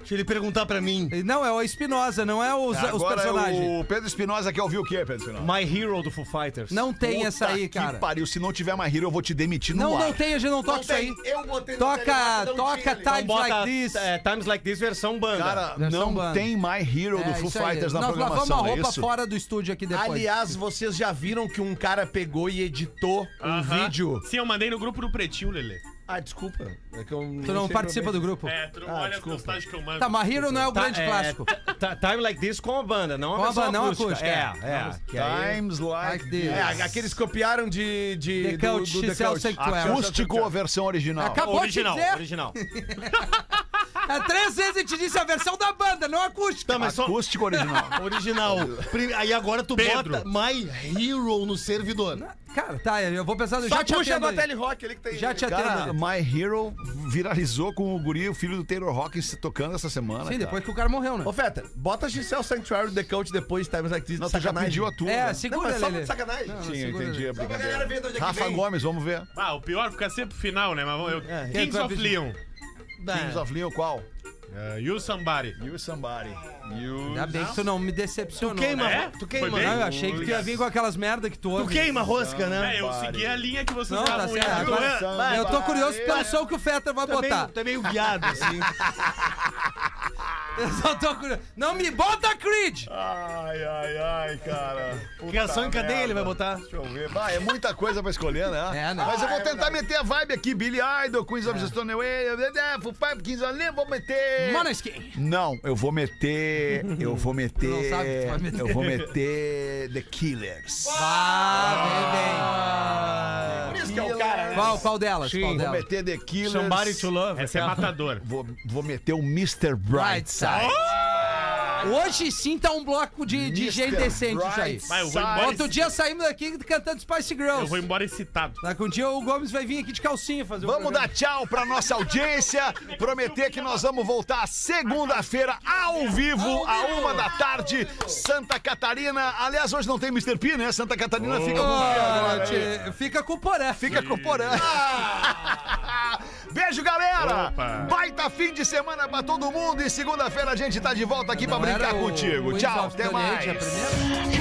I: Deixa ele perguntar pra mim.
F: Não, é o Espinosa, não é os, os
C: Agora
F: personagens.
C: o Pedro Espinosa quer ouvir o quê, Pedro Espinosa?
H: My Hero do Foo Fighters.
F: Não tem
C: Puta
F: essa aí,
C: que
F: cara.
C: pariu, se não tiver mais hero, eu vou te demitir no
F: Não,
C: ar.
F: não tem, a gente não toca isso aí.
D: Eu botei no
F: Toca,
D: telefone, não
F: toca
D: tinha ele.
F: Times
H: Bota
F: Like This.
H: é, Times Like This versão banda.
C: Cara,
F: Versão
C: não
F: banda.
C: tem My Hero do
F: É,
C: Foo
F: isso aí.
C: Fighters na
F: Nós lavamos a
C: programação, é
F: roupa
C: isso?
F: fora do estúdio aqui depois.
D: Aliás, vocês já viram que um cara pegou e editou um
G: Aham.
D: vídeo?
G: Sim, eu mandei no grupo do Pretinho, Lelê.
D: Ah, desculpa. É que eu
F: tu não
D: sei
F: participa
D: meu
F: do
D: bem.
F: grupo.
G: É, tu não olha as postagens que eu mando.
F: Tá, mas Hero não é o
H: Tá,
F: grande
H: é,
I: (laughs)
F: clássico.
H: tá- Time Like This com a banda, não
F: Com a
H: a versão
F: banda, não
H: acústica.
F: acústica,
H: É, é. que aí-
C: Times Like
F: Like this.
C: This.
D: É, aqueles copiaram de.
F: The
D: de
F: Couch, XL
C: Acústico ou a versão original?
F: Acabou
H: original,
F: de dizer.
H: original.
F: É, três vezes eu te disse a versão da banda, não a acústica.
I: Tá, mas só.
C: Acústico
F: (laughs)
C: original.
I: Original. Pri- Aí agora tu
G: Pedro.
I: bota My Hero no servidor.
H: Então-
F: Cara, tá, eu vou pensar... Já te
D: puxa
F: atendo
D: da
F: aí.
D: Tele Rock ali que tem.
F: Já te atendo
C: Cara,
F: ali.
C: My Hero viralizou com o guri, o filho do Taylor Hawkins, tocando essa semana.
F: Sim,
C: cara.
F: depois que o cara morreu, né?
D: Ô, Feta, bota Gisele Sanctuary The Couch depois de Times Like This.
C: Não,
D: de
C: tu já
D: sacanagem.
C: pediu a tua.
F: É,
C: né?
D: Não,
F: segura,
D: mas só de
F: Lelê.
D: sacanagem.
F: Não,
C: Sim, eu
F: segura,
C: entendi a
F: Lelê.
D: Pra galera
C: brincadeira.
D: ver de onde é que
C: Rafa
D: vem.
C: Gomes, vamos ver.
G: (laughs) Ah, o pior fica sempre pro final, né? Mas eu... Kings
F: quem
G: of
F: vai-
G: Leon.
C: Kings of Leon, qual?
G: Uh, you Somebody.
C: You Somebody. You...
F: Ainda bem que tu não me decepcionou.
I: Queima,
F: né?
G: É?
I: tu
G: Foi
I: queima.
G: bem?
F: Não, eu achei que tu ia vir com aquelas merda que tu
I: Tu
F: ouve.
I: queima a rosca, né?
G: É, eu segui a linha que vocês
F: Não, tá
G: estavam
F: certo.
G: indo.
F: Agora-
G: né?
F: Eu tô curioso pelo som que o Fetter vai
I: Tá meio,
F: (laughs) botar.
I: tá meio viado, assim.
F: Eu só tô curioso. Não me bota Creed!
C: Ai, ai, ai, cara.
I: Criação em cadeia ele vai botar.
C: Deixa eu ver. Bah, é muita coisa pra escolher, né?
F: É, né? É.
C: Mas eu vou tentar meter a vibe aqui. Billy Idol, Queens of the Stone Way, Fupai, 15 ali, vou meter.
F: Maneskin.
C: Não, eu vou meter. Eu vou meter.
F: não sabe o que (laughs) tu vai meter.
C: Eu vou meter The Killers.
F: Ah,
C: Por isso que é o cara,
F: vem
C: né?
F: bem. Qual, qual delas?
I: Sim,
F: qual
C: Vou
F: delas?
C: meter The Killers.
I: Somebody to love.
G: Essa é matador.
C: Vou, vou meter o Mr. Brightside.
F: Brightside. Hoje sim tá um bloco de, de gente
C: Mr.
F: decente isso aí.
C: Brightside.
G: Vai, eu vou embora.
F: Outro dia saímos daqui cantando Spice
G: Eu vou
F: Girls.
G: embora excitado.
F: Daqui um dia o Gomes vai vir aqui de calcinha fazer o
C: Vamos
F: programa.
C: dar tchau pra nossa audiência. Prometer que nós vamos voltar segunda-feira ao vivo, a uma da tarde, Santa Catarina. Aliás, hoje não tem Mr. P, né? Santa Catarina fica com o P agora.
F: Ah, tchê, Fica com o poré.
C: Fica com o Porã. (laughs) Beijo, galera!
G: Opa.
C: Baita fim de semana pra todo mundo e segunda-feira a gente tá de volta aqui pra
F: Não era
C: brincar
F: o-
C: contigo.
F: o
C: Tchau,
F: Exalto
C: até
F: do Oriente, é a
C: mais.
F: primeira?